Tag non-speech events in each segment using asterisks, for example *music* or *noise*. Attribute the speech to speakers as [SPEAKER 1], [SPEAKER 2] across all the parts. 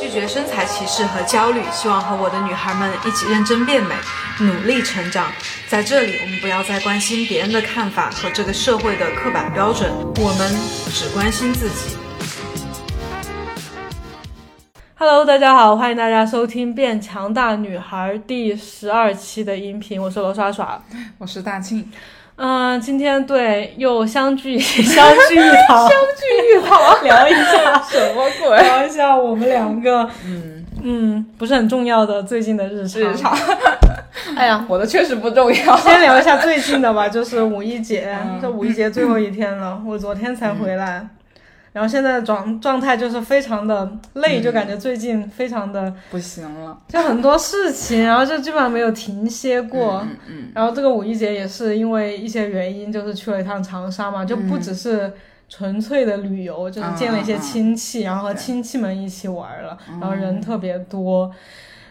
[SPEAKER 1] 拒绝身材歧视和焦虑，希望和我的女孩们一起认真变美，努力成长。在这里，我们不要再关心别人的看法和这个社会的刻板标准，我们只关心自己。
[SPEAKER 2] Hello，大家好，欢迎大家收听《变强大女孩》第十二期的音频，我是罗耍耍。
[SPEAKER 3] 我是大庆，
[SPEAKER 2] 嗯、今天对又相聚 *laughs* 相聚一堂，
[SPEAKER 3] 聚玉堂
[SPEAKER 2] *laughs* 聊一下
[SPEAKER 3] *laughs* 什么鬼？
[SPEAKER 2] 聊一下我们两个，嗯嗯，不是很重要的最近的日常。
[SPEAKER 3] 日常，
[SPEAKER 2] *laughs*
[SPEAKER 3] 哎呀，我的确实不重要。
[SPEAKER 2] 先聊一下最近的吧，就是五一节，这五一节最后一天了，我昨天才回来，然后现在的状状态就是非常的累，就感觉最近非常的
[SPEAKER 3] *laughs* 不行了，
[SPEAKER 2] 就很多事情，然后就基本上没有停歇过。
[SPEAKER 3] 嗯嗯，
[SPEAKER 2] 然后这个五一节也是因为一些原因，就是去了一趟长沙嘛，就不
[SPEAKER 3] 嗯
[SPEAKER 2] 只是纯粹的旅游，就是见
[SPEAKER 3] 啊
[SPEAKER 2] 了一些亲戚，然后和亲戚们一起玩了，
[SPEAKER 3] 哦
[SPEAKER 2] 然后人特别多。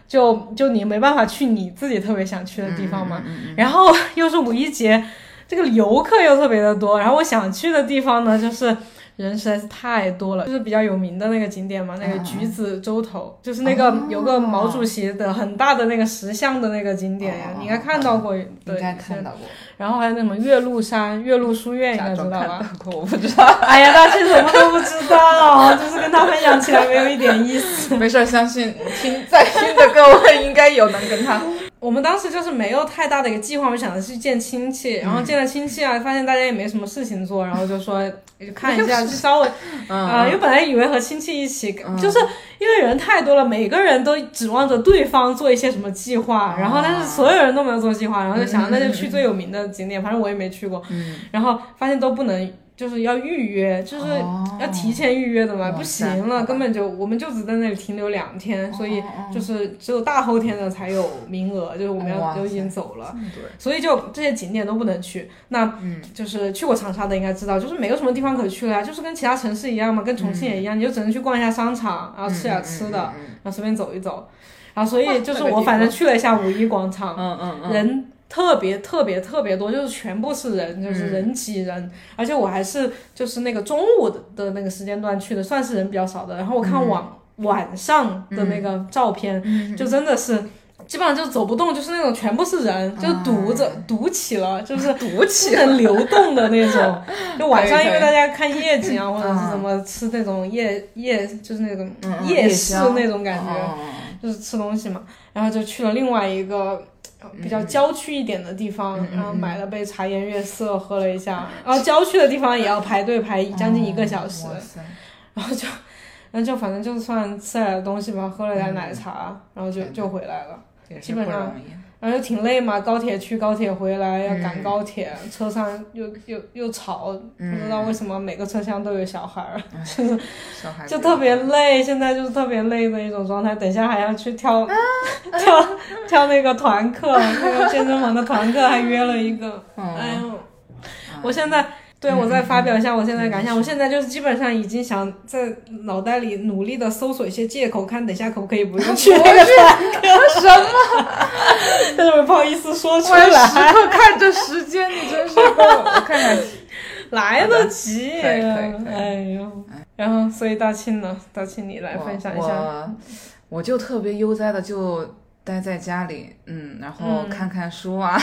[SPEAKER 2] 就就你没办法去你自己特别想去的地方
[SPEAKER 3] 嗯
[SPEAKER 2] 嘛，然后又是五一节，这个游客又特别的多，然后我想去的地方呢，就是人实在是太多了，就是比较有名的那个景点嘛，那
[SPEAKER 3] 嗯
[SPEAKER 2] 个橘子洲头，就是那
[SPEAKER 3] 哦
[SPEAKER 2] 个有个毛主席的很大的那个石像的那个景点呀
[SPEAKER 3] 哦，
[SPEAKER 2] 你应该看到过，
[SPEAKER 3] 应
[SPEAKER 2] 对，
[SPEAKER 3] 该看到过，
[SPEAKER 2] 然后还有那什么岳麓山、岳麓书院，应
[SPEAKER 3] 假
[SPEAKER 2] 该知
[SPEAKER 3] 装
[SPEAKER 2] 道
[SPEAKER 3] 看
[SPEAKER 2] 吧？
[SPEAKER 3] 到过，我不知道。
[SPEAKER 2] *laughs* 哎呀，大家什么都不知道，就是跟他分享起来没有一点意思。
[SPEAKER 3] *laughs* 没事儿，相信听在听的各位应该有能跟 *laughs* 他。
[SPEAKER 2] 我们当时就是没有太大的一个计划，我们想着去见亲戚，然后见了亲戚啊，发现大家也没什么事情做，然后就说就看一下，就稍微啊、因为本来以为和亲戚一起，就是因为人太多了，每个人都指望着对方做一些什么计划，然后但是所有人都没有做计划，然后就想那就去最有名的景点，反正我也没去过，然后发现都不能。就是要预约，就是
[SPEAKER 3] 哦
[SPEAKER 2] 要提前预约的嘛，
[SPEAKER 3] 哇
[SPEAKER 2] 不
[SPEAKER 3] 塞
[SPEAKER 2] 行
[SPEAKER 3] 好
[SPEAKER 2] 了，
[SPEAKER 3] 吧嗯
[SPEAKER 2] 根本就我们就只在那里停留两天，所以就是只有大后天的才有名额，就是我们要
[SPEAKER 3] 嗯哇嗯
[SPEAKER 2] 都已经走了，
[SPEAKER 3] 对，嗯
[SPEAKER 2] 所以就这些景点都不能去。那就是去过长沙的应该知道，就是没有什么地方可去了呀，就是跟其他城市一样嘛，跟重庆
[SPEAKER 3] 嗯
[SPEAKER 2] 也一样，你就只能去逛一下商场，然后吃点吃的，然后随便走一走。然后所以就是我反正去了一下五一广场，
[SPEAKER 3] 嗯嗯嗯，
[SPEAKER 2] 人特别特别特别多，就是全部是人，
[SPEAKER 3] 嗯
[SPEAKER 2] 就是人挤人，而且我还是就是那个中午的的那个时间段去的，算是人比较少的。然后我
[SPEAKER 3] 嗯
[SPEAKER 2] 看晚、晚上的那个照片，就真的是。基本上就走不动，就是那种全部是人，
[SPEAKER 3] 啊
[SPEAKER 2] 就堵着、堵起了，
[SPEAKER 3] *laughs*
[SPEAKER 2] 就是
[SPEAKER 3] 毒气
[SPEAKER 2] 不能流动的那
[SPEAKER 3] *laughs*
[SPEAKER 2] 种。就晚上，
[SPEAKER 3] 可以
[SPEAKER 2] 因
[SPEAKER 3] 可
[SPEAKER 2] 为
[SPEAKER 3] 以
[SPEAKER 2] 大家看夜景啊，或者是什么吃那种夜夜，就是那种
[SPEAKER 3] 嗯嗯
[SPEAKER 2] 夜
[SPEAKER 3] 夜
[SPEAKER 2] 市
[SPEAKER 3] 宵哦
[SPEAKER 2] 那种感觉，
[SPEAKER 3] 觉。
[SPEAKER 2] 就是吃东西嘛，然后就去了另外一个呃
[SPEAKER 3] 嗯
[SPEAKER 2] 比较郊区一点的地方，然后买了杯茶颜悦色喝了一下，然后郊区的地方也要排队排将近一个小时，
[SPEAKER 3] 哦哇塞
[SPEAKER 2] 然后就，然后就反正就算吃了点东西吧，喝了
[SPEAKER 3] 嗯
[SPEAKER 2] 点奶茶，然后就
[SPEAKER 3] 天哪
[SPEAKER 2] 就回来了，
[SPEAKER 3] 也是
[SPEAKER 2] 基本
[SPEAKER 3] 不
[SPEAKER 2] 上
[SPEAKER 3] 容易。
[SPEAKER 2] 然后就挺累嘛，高铁去高铁回来要
[SPEAKER 3] 嗯
[SPEAKER 2] 赶高铁，车上又又又吵，不
[SPEAKER 3] 嗯
[SPEAKER 2] 知道为什么每个车厢都有小孩儿，
[SPEAKER 3] 小孩
[SPEAKER 2] 就
[SPEAKER 3] 子
[SPEAKER 2] 特别累，现在就是特别累的一种状态。等一下还要去跳、
[SPEAKER 3] 啊
[SPEAKER 2] 跳跳那个团课，那个健身房的团课还约了一个，
[SPEAKER 3] 嗯
[SPEAKER 2] 哎呦，我现在。对，我再发表一下我现在的感想。我现在就是基本上已经想在脑袋里努力的搜索一些借口，看等一下可不可以不用去那个团课什么，但是我不好意思说出
[SPEAKER 3] 我还时
[SPEAKER 2] 来，
[SPEAKER 3] 刻看着时间，你真是 *laughs* 够了。我看看，
[SPEAKER 2] 来得及。
[SPEAKER 3] 可以可以可以嗯
[SPEAKER 2] 哎呦，然后所以大庆呢？大庆你来
[SPEAKER 3] 我
[SPEAKER 2] 分享一下。
[SPEAKER 3] 我我就特别悠哉的就待在家里，嗯，然后看看书 *laughs* 啊，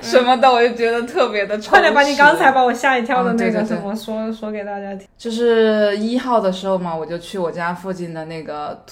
[SPEAKER 3] 什么的，我就觉得特别的充实。
[SPEAKER 2] 快点把你刚才把我吓一跳的那个
[SPEAKER 3] 嗯对对
[SPEAKER 2] 什
[SPEAKER 3] 对
[SPEAKER 2] 么说、说给大家听。
[SPEAKER 3] 就是一号的时候嘛，我就去我家附近的那个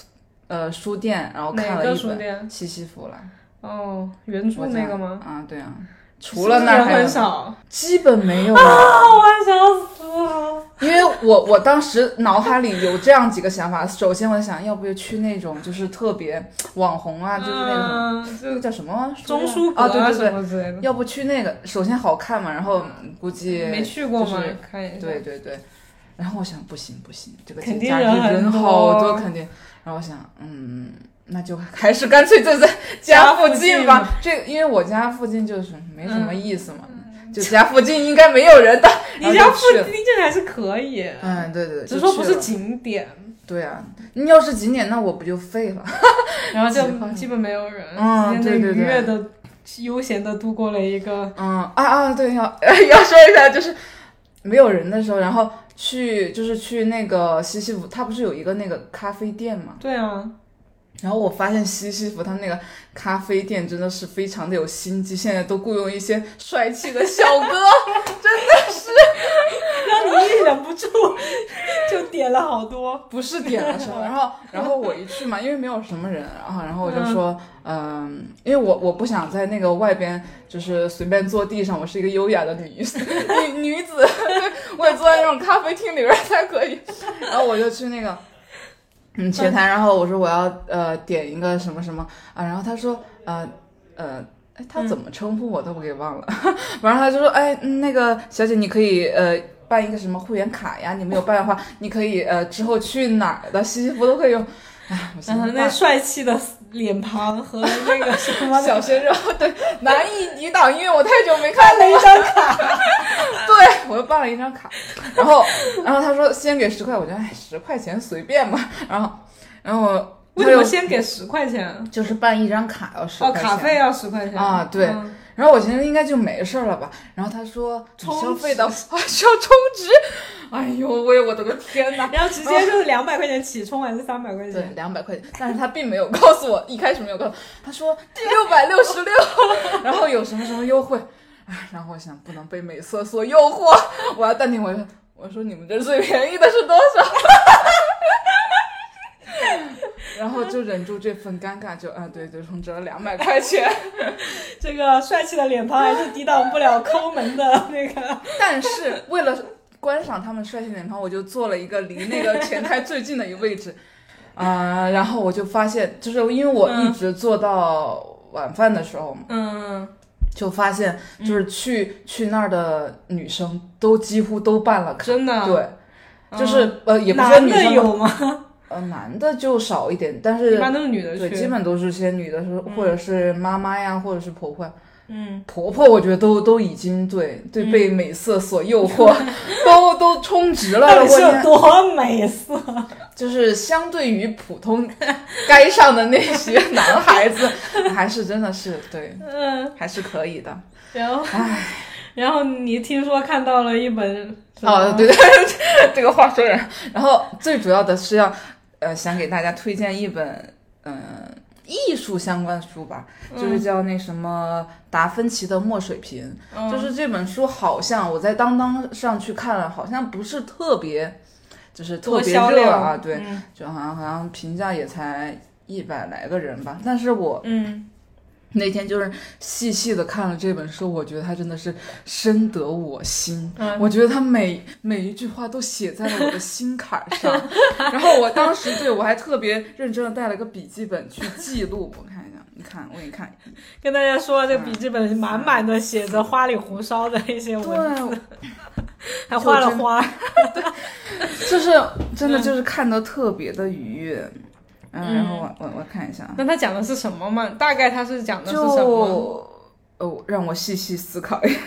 [SPEAKER 3] 呃书店，然后看
[SPEAKER 2] 哪
[SPEAKER 3] 了
[SPEAKER 2] 个
[SPEAKER 3] 一
[SPEAKER 2] 书
[SPEAKER 3] 本《
[SPEAKER 2] 店？
[SPEAKER 3] 西西弗兰
[SPEAKER 2] 哦，原》著
[SPEAKER 3] 我家。
[SPEAKER 2] 那个吗？
[SPEAKER 3] 啊，对啊，除了那
[SPEAKER 2] 是
[SPEAKER 3] 哦儿
[SPEAKER 2] 不是人
[SPEAKER 3] 还有
[SPEAKER 2] 很少。
[SPEAKER 3] 基本没有了，
[SPEAKER 2] 啊，我要笑死了。
[SPEAKER 3] *laughs* 因为我我当时脑海里有这样几个想法，首先我想要不就去那种就是特别网红啊，就是那种。
[SPEAKER 2] 嗯，
[SPEAKER 3] 那个叫什么
[SPEAKER 2] 就中书阁
[SPEAKER 3] 啊？对对对
[SPEAKER 2] 什，么之类的，
[SPEAKER 3] 要不去那个，首先好看嘛，然后估计
[SPEAKER 2] 没去过吗？
[SPEAKER 3] 就是
[SPEAKER 2] 看一下。
[SPEAKER 3] 对对对，然后我想不行不行，这个
[SPEAKER 2] 肯
[SPEAKER 3] 节
[SPEAKER 2] 定
[SPEAKER 3] 假
[SPEAKER 2] 人很
[SPEAKER 3] 日人好
[SPEAKER 2] 多
[SPEAKER 3] 多，肯定。然后我想，嗯，那就还是干脆就在家附近吧。这因为我家附近就是没什么意思嘛，就家附近应该没有人的。然
[SPEAKER 2] 嗯 *laughs* 你
[SPEAKER 3] 后
[SPEAKER 2] 家
[SPEAKER 3] 就
[SPEAKER 2] 附
[SPEAKER 3] 去了
[SPEAKER 2] 近还是可以，
[SPEAKER 3] 嗯，对对，对
[SPEAKER 2] 只是
[SPEAKER 3] 就
[SPEAKER 2] 说
[SPEAKER 3] 去
[SPEAKER 2] 不是
[SPEAKER 3] 了
[SPEAKER 2] 景点，
[SPEAKER 3] 对啊，你要是景点，那我不就废了？
[SPEAKER 2] 然后
[SPEAKER 3] 喜
[SPEAKER 2] 就
[SPEAKER 3] 欢
[SPEAKER 2] 基本没有人，
[SPEAKER 3] 嗯
[SPEAKER 2] 今天
[SPEAKER 3] 对对
[SPEAKER 2] 愉
[SPEAKER 3] 对
[SPEAKER 2] 悦的、悠闲的度过了一个
[SPEAKER 3] *laughs* 嗯啊啊，对，要要说一下，就是没有人的时候，然后去就是去那个西西弗，它不是有一个那个咖啡店嘛？
[SPEAKER 2] 对啊，
[SPEAKER 3] 然后我发现西西弗他那个咖啡店真的是非常的有心机，现在都雇佣一些帅气的小哥，真的是
[SPEAKER 2] 让你一忍不住 *laughs* 就点了好多。
[SPEAKER 3] 不是点了什么。然后然后我一去嘛，因为没有什么人，然后然后我就说，嗯，因为我我不想在那个外边就是随便坐地上，我是一个优雅的女女女子，我也坐在那种咖啡厅里边才可以。然后我就去那个。嗯，前台，然后我说我要呃点一个什么什么啊，然后他说呃呃，哎他
[SPEAKER 2] 嗯
[SPEAKER 3] 怎么称呼我都给忘了， *laughs* 反正他就说哎嗯那个小姐你可以呃办一个什么会员卡呀，你没有办的话你可以呃之后去哪儿的西西弗都可以用， *laughs* 哎我心
[SPEAKER 2] 然后嗯
[SPEAKER 3] 想
[SPEAKER 2] 那帅气的脸庞和那个什么
[SPEAKER 3] 哇 *laughs* 小鲜肉对难以抵挡，因为我太久没看
[SPEAKER 2] 了一张卡，
[SPEAKER 3] *laughs* 对，我又办了一张卡，然后，然后他说先给十块，我觉得哎，十块钱随便吧，然后，然后我
[SPEAKER 2] 为
[SPEAKER 3] 他
[SPEAKER 2] 什
[SPEAKER 3] 又
[SPEAKER 2] 么先给十块钱？啊
[SPEAKER 3] 就是办一张卡要十
[SPEAKER 2] 哦，
[SPEAKER 3] 块钱，
[SPEAKER 2] 卡费要十块钱
[SPEAKER 3] 啊对
[SPEAKER 2] 嗯
[SPEAKER 3] 然后我寻思应该就没事儿了吧，然后他说你
[SPEAKER 2] 充
[SPEAKER 3] 消费
[SPEAKER 2] 值
[SPEAKER 3] *laughs* 的话需要充值，哎呦喂，我的个天呐！
[SPEAKER 2] 然后直接就是两百块钱起，充完是三百块
[SPEAKER 3] *laughs* 对，
[SPEAKER 2] 钱。
[SPEAKER 3] 两百块钱，但是他并没有告诉我，一开始没有告诉我，他说六百六十六，然后有什么什么优惠，哎，然后我想不能被美色所诱惑，我要淡定，我说我说你们这最便宜的是多少？ *laughs* 然后就忍住这份尴尬，就啊对，就充值了两百块钱。
[SPEAKER 2] 这个帅气的脸庞还是抵挡不了抠门的那个。
[SPEAKER 3] 但是为了观赏他们帅气脸庞，我就坐了一个离那个前台最近的一个位置，啊、然后我就发现，就是因为我一直坐到晚饭的时候嘛，
[SPEAKER 2] 嗯，
[SPEAKER 3] 就发现就是去、去那儿的女生都几乎都办了
[SPEAKER 2] *laughs*
[SPEAKER 3] 卡，
[SPEAKER 2] 真的。
[SPEAKER 3] 对，
[SPEAKER 2] 嗯，
[SPEAKER 3] 就是、呃也不是说
[SPEAKER 2] 男
[SPEAKER 3] 女
[SPEAKER 2] 的
[SPEAKER 3] 生吧，
[SPEAKER 2] 有吗？
[SPEAKER 3] 呃男的就少一点，但
[SPEAKER 2] 一
[SPEAKER 3] 是
[SPEAKER 2] 般都是嗯女的
[SPEAKER 3] 对
[SPEAKER 2] 去。
[SPEAKER 3] 基本都是些女的，是或者是妈妈呀，或者是婆婆，
[SPEAKER 2] 嗯，
[SPEAKER 3] 婆婆，我觉得都都已经对对被美色所诱惑， *laughs* 都都充值了。
[SPEAKER 2] 到
[SPEAKER 3] 我
[SPEAKER 2] 底是有
[SPEAKER 3] 天，
[SPEAKER 2] 多美色？
[SPEAKER 3] *laughs* 就是相对于普通街上的那些男孩子， *laughs* 还是真的是对，
[SPEAKER 2] 嗯，
[SPEAKER 3] 还是可以的。
[SPEAKER 2] 然后，然后你听说看到了一本什么
[SPEAKER 3] 哦，对 *laughs* 对，这个话说人。然后最主要的是要，呃，想给大家推荐一本，嗯、艺术相关的书吧，就是叫那什么达芬奇的墨水瓶。
[SPEAKER 2] 嗯
[SPEAKER 3] 就是这本书好像我在当当上去看了，好像不是特别，就是特
[SPEAKER 2] 多
[SPEAKER 3] 别
[SPEAKER 2] 销
[SPEAKER 3] 热
[SPEAKER 2] 量
[SPEAKER 3] 啊，对，
[SPEAKER 2] 嗯
[SPEAKER 3] 就好像好像评价也才一百来个人吧。但是我
[SPEAKER 2] 嗯，
[SPEAKER 3] 那天就是细细的看了这本书，我觉得它真的是深得我心。
[SPEAKER 2] 嗯
[SPEAKER 3] 我觉得它每每一句话都写在了我的心坎儿上。 *laughs* 然后我当时对我还特别认真的带了个笔记本去记录，我看一下，你看，我给你看，
[SPEAKER 2] 跟大家说，这笔记本满满的写着花里胡哨的一些文，
[SPEAKER 3] 对，
[SPEAKER 2] 还画了花。
[SPEAKER 3] 就是真的就是看得特别的愉悦。嗯，然后我我我看一下啊，
[SPEAKER 2] 那他讲的是什么嘛？大概他是讲的是什么？
[SPEAKER 3] 就哦，让我细细思
[SPEAKER 2] *laughs*
[SPEAKER 3] 考一下。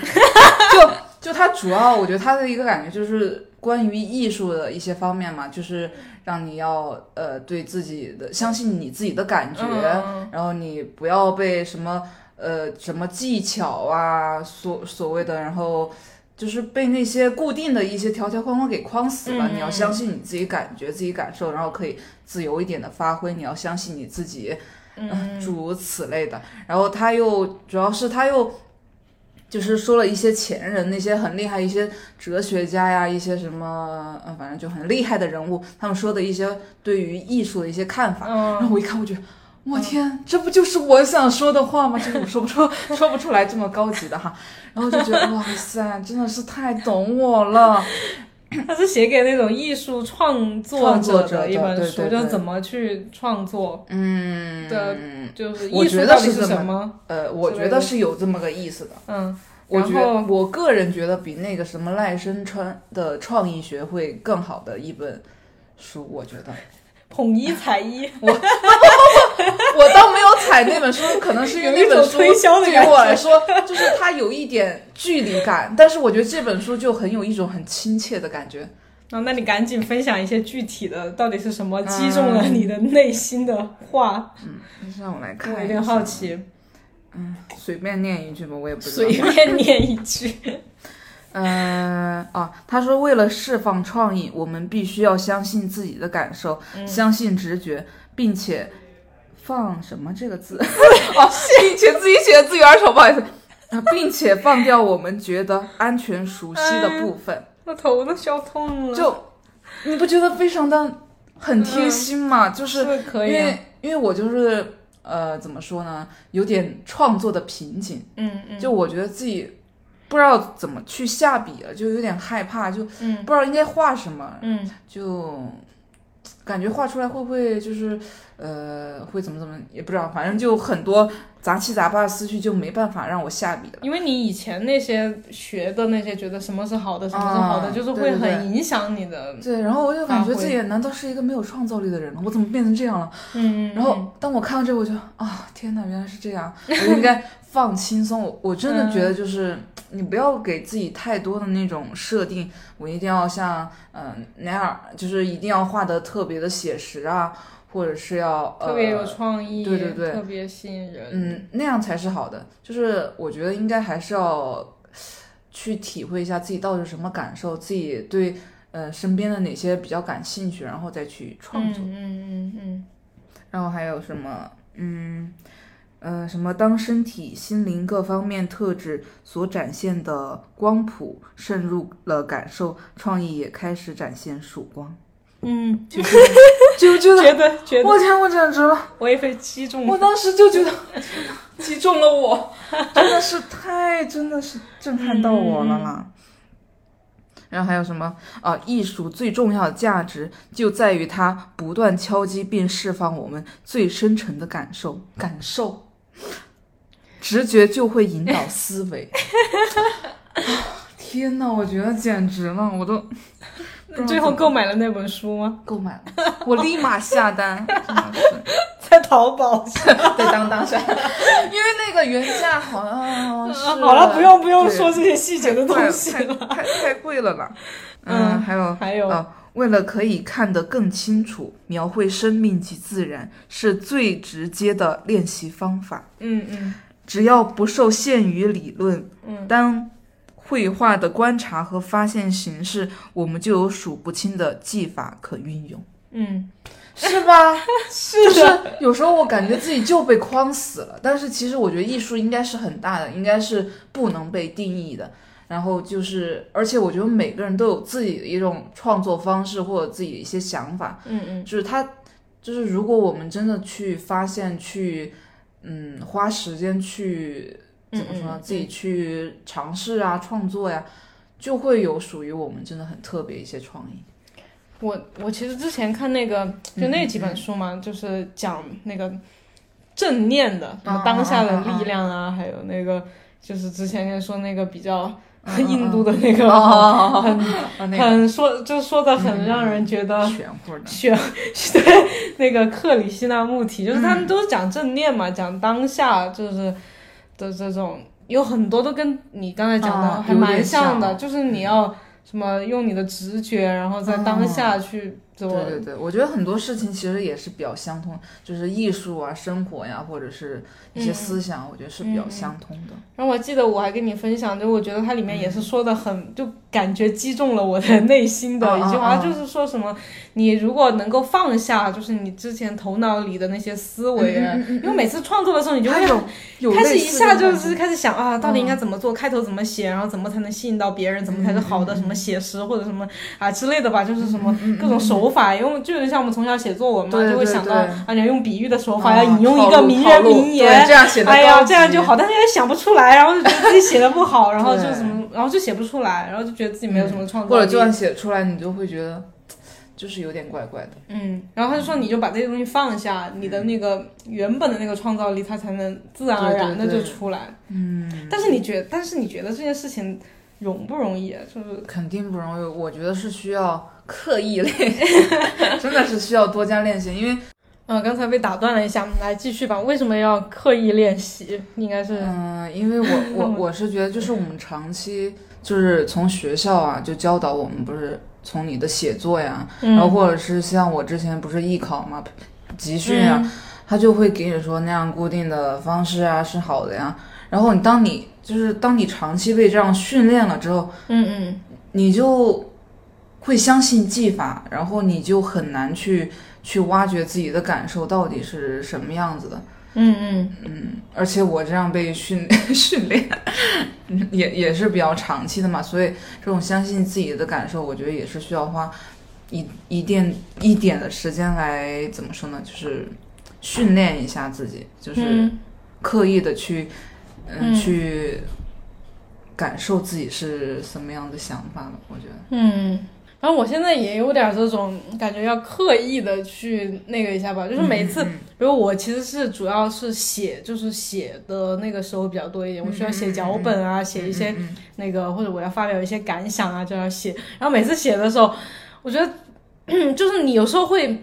[SPEAKER 3] 就就它主要，我觉得它的一个感觉就是关于艺术的一些方面嘛，就是让你要呃对自己的相信你自己的感觉，
[SPEAKER 2] 嗯
[SPEAKER 3] 然后你不要被什么呃什么技巧啊所所谓的，然后。就是被那些固定的一些条条框框给框死了。
[SPEAKER 2] 嗯
[SPEAKER 3] 你要相信你自己感觉、自己感受，然后可以自由一点的发挥。你要相信你自己，嗯，诸如此类的。然后他又主要是他又就是说了一些前人那些很厉害一些哲学家呀，一些什么呃，反正就很厉害的人物，他们说的一些对于艺术的一些看法。
[SPEAKER 2] 嗯
[SPEAKER 3] 然后我一看，我觉得。我天，这不就是我想说的话吗？就是我说不出 *laughs* 说不出来这么高级的哈，然后就觉得哇塞，真的是太懂我了。
[SPEAKER 2] 他是写给那种艺术创作的一
[SPEAKER 3] 创作者的
[SPEAKER 2] 本
[SPEAKER 3] 对
[SPEAKER 2] 书，
[SPEAKER 3] 对
[SPEAKER 2] 就是
[SPEAKER 3] 对
[SPEAKER 2] 怎么去创作，
[SPEAKER 3] 嗯
[SPEAKER 2] 的就是
[SPEAKER 3] 我
[SPEAKER 2] 艺术
[SPEAKER 3] 觉得
[SPEAKER 2] 到底
[SPEAKER 3] 是这么
[SPEAKER 2] 什么？
[SPEAKER 3] 呃，我觉得是有这么个意思的。
[SPEAKER 2] 嗯，
[SPEAKER 3] 我
[SPEAKER 2] 然
[SPEAKER 3] 觉
[SPEAKER 2] 后
[SPEAKER 3] 得我个人觉得比那个什么赖声川的《创意学会》更好的一本书，我觉得
[SPEAKER 2] 统一彩衣，
[SPEAKER 3] 我倒没有踩那本书，可能是因为那本书
[SPEAKER 2] 有一种推销的
[SPEAKER 3] 对于
[SPEAKER 2] 感觉
[SPEAKER 3] 我来说，就是它有一点距离感，但是我觉得这本书就很有一种很亲切的感觉。
[SPEAKER 2] 啊，那你赶紧分享一些具体的，到底是什么击中了你的内心的话？
[SPEAKER 3] 让我来看一
[SPEAKER 2] 我
[SPEAKER 3] 下，
[SPEAKER 2] 有点好奇，
[SPEAKER 3] 随便念一句吧，我也不知道
[SPEAKER 2] *laughs* 随。便念一句。
[SPEAKER 3] 嗯、啊，他说为了释放创意，我们必须要相信自己的感受，相信直觉，并且放什么这个字？哦，并且自己写的字有点丑，不好意思。啊，并且放掉我们觉得安全熟悉的部分，
[SPEAKER 2] 我头都笑痛了。
[SPEAKER 3] 就你不觉得非常的很贴心吗？就是
[SPEAKER 2] 是可以
[SPEAKER 3] 因为
[SPEAKER 2] 啊
[SPEAKER 3] 因为我就是呃怎么说呢，有点创作的瓶颈，
[SPEAKER 2] 嗯嗯
[SPEAKER 3] 就我觉得自己不知道怎么去下笔了，就有点害怕，就不
[SPEAKER 2] 嗯
[SPEAKER 3] 知道应该画什么，
[SPEAKER 2] 嗯
[SPEAKER 3] 就感觉画出来会不会就是呃会怎么怎么也不知道，反正就很多杂七杂八的思绪就没办法让我下笔了。
[SPEAKER 2] 因为你以前那些学的那些，觉得什么是好的，什么是好的，
[SPEAKER 3] 啊
[SPEAKER 2] 就是
[SPEAKER 3] 对
[SPEAKER 2] 会
[SPEAKER 3] 对对
[SPEAKER 2] 很影响你的。
[SPEAKER 3] 对，然后我就感
[SPEAKER 2] 发
[SPEAKER 3] 觉
[SPEAKER 2] 挥
[SPEAKER 3] 自己难道是一个没有创造力的人了？我怎么变成这样了？
[SPEAKER 2] 嗯，嗯
[SPEAKER 3] 然后当我看到这个，我就啊，天哪，原来是
[SPEAKER 2] *laughs*
[SPEAKER 3] 这样，我应该放轻松。我我真的觉得就是你不要给自己太多的那种设定，我一定要像嗯那样，就是一定要画的特别的写实啊，或者是要
[SPEAKER 2] 特别有
[SPEAKER 3] 呃
[SPEAKER 2] 创意，
[SPEAKER 3] 对对对
[SPEAKER 2] 特别吸引人。
[SPEAKER 3] 嗯那样才是好的。就是我觉得应该还是要去体会一下自己到底是什么感受，自己对呃身边的哪些比较感兴趣，然后再去创作。
[SPEAKER 2] 嗯嗯嗯嗯，
[SPEAKER 3] 然后还有什么，嗯，呃，什么当身体、心灵各方面特质所展现的光谱渗入了感受，创意也开始展现曙光， *laughs*
[SPEAKER 2] 嗯，
[SPEAKER 3] 就就觉得，
[SPEAKER 2] 觉得觉得
[SPEAKER 3] 我天，我简直了！
[SPEAKER 2] 我也被击中
[SPEAKER 3] 我
[SPEAKER 2] 了，
[SPEAKER 3] 当时就觉得击中了我， *laughs* 真的是太，真的是震撼到我了啦。嗯然后还有什么啊、艺术最重要的价值就在于它不断敲击并释放我们最深沉的感受，感受，直觉就会引导思维。啊天呐，我觉得简直了，我都不知道
[SPEAKER 2] 最后
[SPEAKER 3] 怎么
[SPEAKER 2] 购买了那本书
[SPEAKER 3] *laughs*
[SPEAKER 2] 吗？
[SPEAKER 3] 购买了，我立马下 *laughs* 单，真的是。
[SPEAKER 2] 在淘宝。
[SPEAKER 3] 在当当上，因为那个原价好像是
[SPEAKER 2] 啊
[SPEAKER 3] 啊
[SPEAKER 2] 好了，不用不用
[SPEAKER 3] 对
[SPEAKER 2] 说这些细节的 *laughs* 东西
[SPEAKER 3] 太
[SPEAKER 2] 了。
[SPEAKER 3] 太太太贵了啦。
[SPEAKER 2] 嗯
[SPEAKER 3] 嗯，还有
[SPEAKER 2] 还有
[SPEAKER 3] 呃为了可以看得更清楚，描绘生命及自然是最直接的练习方法。
[SPEAKER 2] 嗯嗯
[SPEAKER 3] 只要不受限于理论，
[SPEAKER 2] 嗯
[SPEAKER 3] 当绘画的观察和发现形式，我们就有数不清的技法可运用，
[SPEAKER 2] 嗯，
[SPEAKER 3] 是
[SPEAKER 2] *laughs*
[SPEAKER 3] 吧？
[SPEAKER 2] 是
[SPEAKER 3] *laughs* 就是有时候我感觉自己就被框死了，但是其实我觉得艺术应该是很大的，应该是不能被定义的。然后就是，而且我觉得每个人都有自己的一种创作方式或者自己的一些想法，
[SPEAKER 2] 嗯嗯
[SPEAKER 3] 就是他，就是如果我们真的去发现，去嗯花时间去怎么说呢，啊
[SPEAKER 2] 嗯嗯
[SPEAKER 3] 自己去尝试啊，创作呀、就会有属于我们真的很特别一些创意。
[SPEAKER 2] 我我其实之前看那个就
[SPEAKER 3] 嗯
[SPEAKER 2] 那几本书嘛，就是讲那个正念的，
[SPEAKER 3] 啊
[SPEAKER 2] 然后当下的力量啊，还有那个就是之前跟你说那个比较 *laughs* 印度的那
[SPEAKER 3] *laughs*
[SPEAKER 2] 个，
[SPEAKER 3] 嗯哦
[SPEAKER 2] 很
[SPEAKER 3] 啊，那个嗯
[SPEAKER 2] 很呃说就说的很让人觉得
[SPEAKER 3] 玄乎的，
[SPEAKER 2] *laughs* 选对那个克里希那穆提，就是他
[SPEAKER 3] 嗯
[SPEAKER 2] 们都是讲正念嘛，讲当下就是的这种，有很多都跟你刚才讲的
[SPEAKER 3] 啊
[SPEAKER 2] 还
[SPEAKER 3] 有
[SPEAKER 2] 蛮
[SPEAKER 3] 点
[SPEAKER 2] 像的，
[SPEAKER 3] 像嗯
[SPEAKER 2] 就是你要什么用你的直觉，然后在当下去做。
[SPEAKER 3] 哦对对对，我觉得很多事情其实也是比较相通，就是艺术啊、生活呀、或者是一些
[SPEAKER 2] 嗯
[SPEAKER 3] 思想，我觉得是比较相通的。
[SPEAKER 2] 然后我记得我还跟你分享，就我觉得它里面也
[SPEAKER 3] 嗯
[SPEAKER 2] 是说的很，就感觉击中了我的 *laughs* 内心的
[SPEAKER 3] 嗯
[SPEAKER 2] 一句话，
[SPEAKER 3] 嗯嗯
[SPEAKER 2] 就是说什么，你如果能够放下，就是你之前头脑里的那些思维，啊
[SPEAKER 3] 嗯嗯嗯嗯
[SPEAKER 2] 因为每次创作的时候，你就
[SPEAKER 3] 还
[SPEAKER 2] 会
[SPEAKER 3] 有
[SPEAKER 2] *laughs*
[SPEAKER 3] 有
[SPEAKER 2] 嗯开始
[SPEAKER 3] 类
[SPEAKER 2] 一
[SPEAKER 3] 似的嗯
[SPEAKER 2] 下
[SPEAKER 3] 那
[SPEAKER 2] 就
[SPEAKER 3] 种
[SPEAKER 2] 是开始想啊，到底应该怎么做，开头怎么写，然后怎么才能吸引到别人，怎么才是好的，什
[SPEAKER 3] 嗯
[SPEAKER 2] 么写实或者什么啊之类的吧，就是什么各种手法，因为就有点像我们从小写作文嘛，
[SPEAKER 3] 对
[SPEAKER 2] 就会
[SPEAKER 3] 对
[SPEAKER 2] 想到
[SPEAKER 3] 对
[SPEAKER 2] 啊，你要用比喻的手
[SPEAKER 3] 啊
[SPEAKER 2] 法，要引用一
[SPEAKER 3] 套
[SPEAKER 2] 个
[SPEAKER 3] 路
[SPEAKER 2] 名
[SPEAKER 3] 套
[SPEAKER 2] 人
[SPEAKER 3] 路
[SPEAKER 2] 名言
[SPEAKER 3] 对，这
[SPEAKER 2] *laughs*
[SPEAKER 3] 样写的，
[SPEAKER 2] 哎呀，这样就。好，但是又想不出来，然后就觉得自己写的不好，然后就
[SPEAKER 3] 对嗯
[SPEAKER 2] 什么，然后就写不出来，然后就觉得自己没有什么创
[SPEAKER 3] 或
[SPEAKER 2] 作
[SPEAKER 3] 者
[SPEAKER 2] 力，
[SPEAKER 3] 就算写出来，你就会觉得就是有点怪怪的。
[SPEAKER 2] 嗯，然后他就说你就把这些东西放下，你的那个原本的那个创造力，它才能自然而然的
[SPEAKER 3] 嗯对对
[SPEAKER 2] 就
[SPEAKER 3] 对
[SPEAKER 2] 出来。
[SPEAKER 3] 嗯，
[SPEAKER 2] 但是你觉，但是你觉得这件事情容不容易啊？就是
[SPEAKER 3] 肯定不容易，我觉得是需要刻
[SPEAKER 2] *laughs*
[SPEAKER 3] 意练习，真的是需要多加练习，因为
[SPEAKER 2] 呃，刚才被打断了一下，来继续吧。为什么要刻意练习？应该是
[SPEAKER 3] 嗯，因为我我我是觉得，就是我们长期就是从学校啊就教导我们，不是从你的写作呀，嗯
[SPEAKER 2] 嗯
[SPEAKER 3] 然后或者是像我之前不是艺考嘛，
[SPEAKER 2] 嗯
[SPEAKER 3] 啊集训啊，他就会给你说那样固定的方式啊是好的呀。然后你当你就是当你长期被这样训练了之后，
[SPEAKER 2] 嗯嗯，
[SPEAKER 3] 你就会相信技法，然后你就很难去去挖掘自己的感受到底是什么样子的。
[SPEAKER 2] 嗯嗯，
[SPEAKER 3] 嗯，而且我这样被训 *laughs* 训练，也也是比较长期的嘛，所以这种相信自己的感受，我觉得也是需要花一一点一点的时间来怎么说呢，就是训练一下自己，就是
[SPEAKER 2] 嗯
[SPEAKER 3] 刻意的去嗯
[SPEAKER 2] 嗯
[SPEAKER 3] 去感受自己是什么样的想法吧，我觉得。
[SPEAKER 2] 嗯。然后我现在也有点这种感觉，要刻意的去那个一下吧，就是每
[SPEAKER 3] 嗯
[SPEAKER 2] 次，比如我其实是主要是写，就是写的那个时候比较多一点，我需要写脚本啊，写一些
[SPEAKER 3] 嗯
[SPEAKER 2] 那个，或者我要发表一些感想啊，就要写。然后每次写的时候，我觉得，嗯就是你有时候会，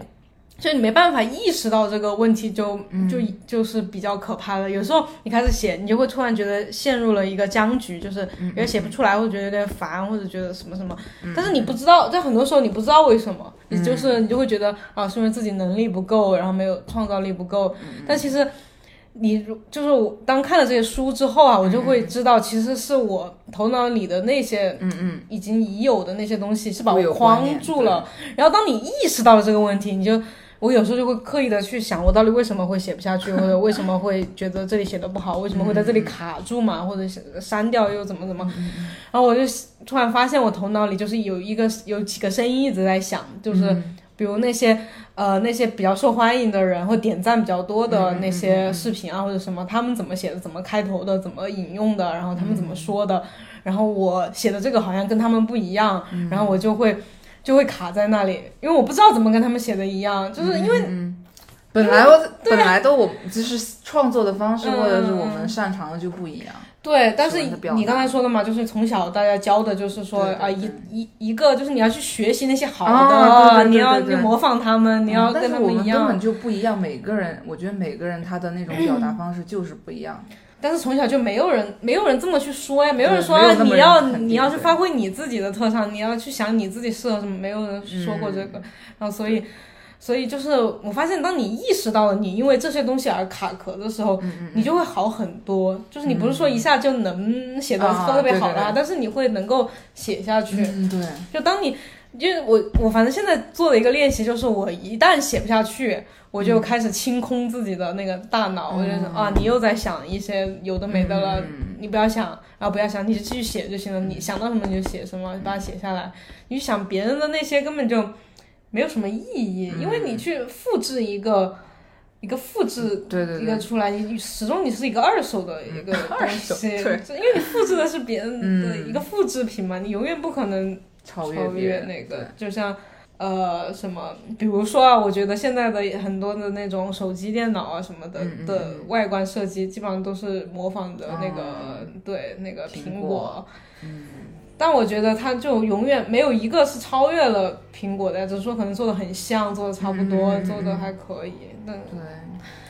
[SPEAKER 2] 就你没办法意识到这个问题就，
[SPEAKER 3] 嗯
[SPEAKER 2] 就就是比较可怕的。有时候你开始写，你就会突然觉得陷入了一个僵局，就是
[SPEAKER 3] 嗯
[SPEAKER 2] 有点写不出来，或者觉得有点烦，或者觉得什么什么。但是你不知道，在很多时候你不知道为什么，
[SPEAKER 3] 嗯
[SPEAKER 2] 你就是你就会觉得啊，是因为自己能力不够，然后没有创造力不够。
[SPEAKER 3] 嗯
[SPEAKER 2] 但其实你如就是我当看了这些书之后啊，
[SPEAKER 3] 嗯
[SPEAKER 2] 我就会知道，其实是我头脑里的那些
[SPEAKER 3] 嗯嗯，
[SPEAKER 2] 已经已有的那些东西是把
[SPEAKER 3] 固有
[SPEAKER 2] 我
[SPEAKER 3] 观
[SPEAKER 2] 框
[SPEAKER 3] 念
[SPEAKER 2] 住了。然后当你意识到了这个问题，你就。我有时候就会刻意的去想，我到底为什么会写不下去，
[SPEAKER 3] *laughs*
[SPEAKER 2] 或者为什么会觉得这里写的不好，为什么会在这里卡住嘛，或者是删掉又怎么怎么，然后我就突然发现我头脑里就是有一个有几个声音一直在响，就是比如那些呃那些比较受欢迎的人或点赞比较多的那些视频啊或者什么，他们怎么写的，怎么开头的，怎么引用的，然后他们怎么说的，然后我写的这个好像跟他们不一样，然后我就会就会卡在那里，因为我不知道怎么跟他们写的一样，就是因为
[SPEAKER 3] 本来我本来都我就是创作的方式或者是我
[SPEAKER 2] 嗯
[SPEAKER 3] 们擅长的就不一样，
[SPEAKER 2] 对，但是
[SPEAKER 3] 喜欢的表达
[SPEAKER 2] 你刚才说的嘛，就是从小大家教的，就是说
[SPEAKER 3] 对对
[SPEAKER 2] 啊，
[SPEAKER 3] 对
[SPEAKER 2] 一一一个就是你要去学习那些好的，
[SPEAKER 3] 啊对对对
[SPEAKER 2] 你要
[SPEAKER 3] 对对
[SPEAKER 2] 你模仿他们，你要
[SPEAKER 3] 嗯但
[SPEAKER 2] 跟
[SPEAKER 3] 是
[SPEAKER 2] 他
[SPEAKER 3] 我们
[SPEAKER 2] 一
[SPEAKER 3] 根
[SPEAKER 2] 样。
[SPEAKER 3] 本就不一样，每个人，我觉得每个人他的那种表达方式就是不一样。
[SPEAKER 2] 但是从小就没有人没有人这么去说呀，没有人说哎
[SPEAKER 3] 没有那
[SPEAKER 2] 你
[SPEAKER 3] 么人
[SPEAKER 2] 要
[SPEAKER 3] 肯定
[SPEAKER 2] 你要去
[SPEAKER 3] 对
[SPEAKER 2] 发挥你自己的特长，你要去想你自己适合什么，没有人说过这个。
[SPEAKER 3] 嗯
[SPEAKER 2] 然后所以所以就是我发现，当你意识到了你因为这些东西而卡壳的时候，
[SPEAKER 3] 嗯
[SPEAKER 2] 你就会好很多。就是你不是说一下就能写的
[SPEAKER 3] 啊
[SPEAKER 2] 特别好
[SPEAKER 3] 对
[SPEAKER 2] 的，
[SPEAKER 3] 对对
[SPEAKER 2] 但是你会能够写下去。
[SPEAKER 3] 嗯，对，
[SPEAKER 2] 就当你，因为我我反正现在做的一个练习就是，我一旦写不下去，我就开始清空自己的那个大脑，
[SPEAKER 3] 嗯
[SPEAKER 2] 我就是啊，你又在想一些有的没的了，你不要想，然后不要想，你就继续写就行了，你想到什么你就写什么，把它写下来。你去想别人的那些根本就没有什么意
[SPEAKER 3] 嗯
[SPEAKER 2] 义，因为你去复制一个。一个复制
[SPEAKER 3] 对对
[SPEAKER 2] 一个
[SPEAKER 3] 对，
[SPEAKER 2] 出来，你始终你是一个二手的一个
[SPEAKER 3] 二
[SPEAKER 2] 东
[SPEAKER 3] 手
[SPEAKER 2] 西，
[SPEAKER 3] 对嗯
[SPEAKER 2] 就因为你复制的是别人的一个复制品嘛，你永远不可能
[SPEAKER 3] 超
[SPEAKER 2] 超
[SPEAKER 3] 别
[SPEAKER 2] 越
[SPEAKER 3] 人
[SPEAKER 2] 那个，就像呃什么，比如说啊，我觉得现在的很多的那种手机、电脑啊什么的、
[SPEAKER 3] 嗯嗯哦
[SPEAKER 2] 的外观设计，基本上都是模仿的那个、对那个
[SPEAKER 3] 苹
[SPEAKER 2] 苹
[SPEAKER 3] 果嗯
[SPEAKER 2] 但我觉得它就永远没有一个是超越了苹果的，只是说可能做的很像，做的差不
[SPEAKER 3] 嗯
[SPEAKER 2] 多，做的还可以。但
[SPEAKER 3] 对，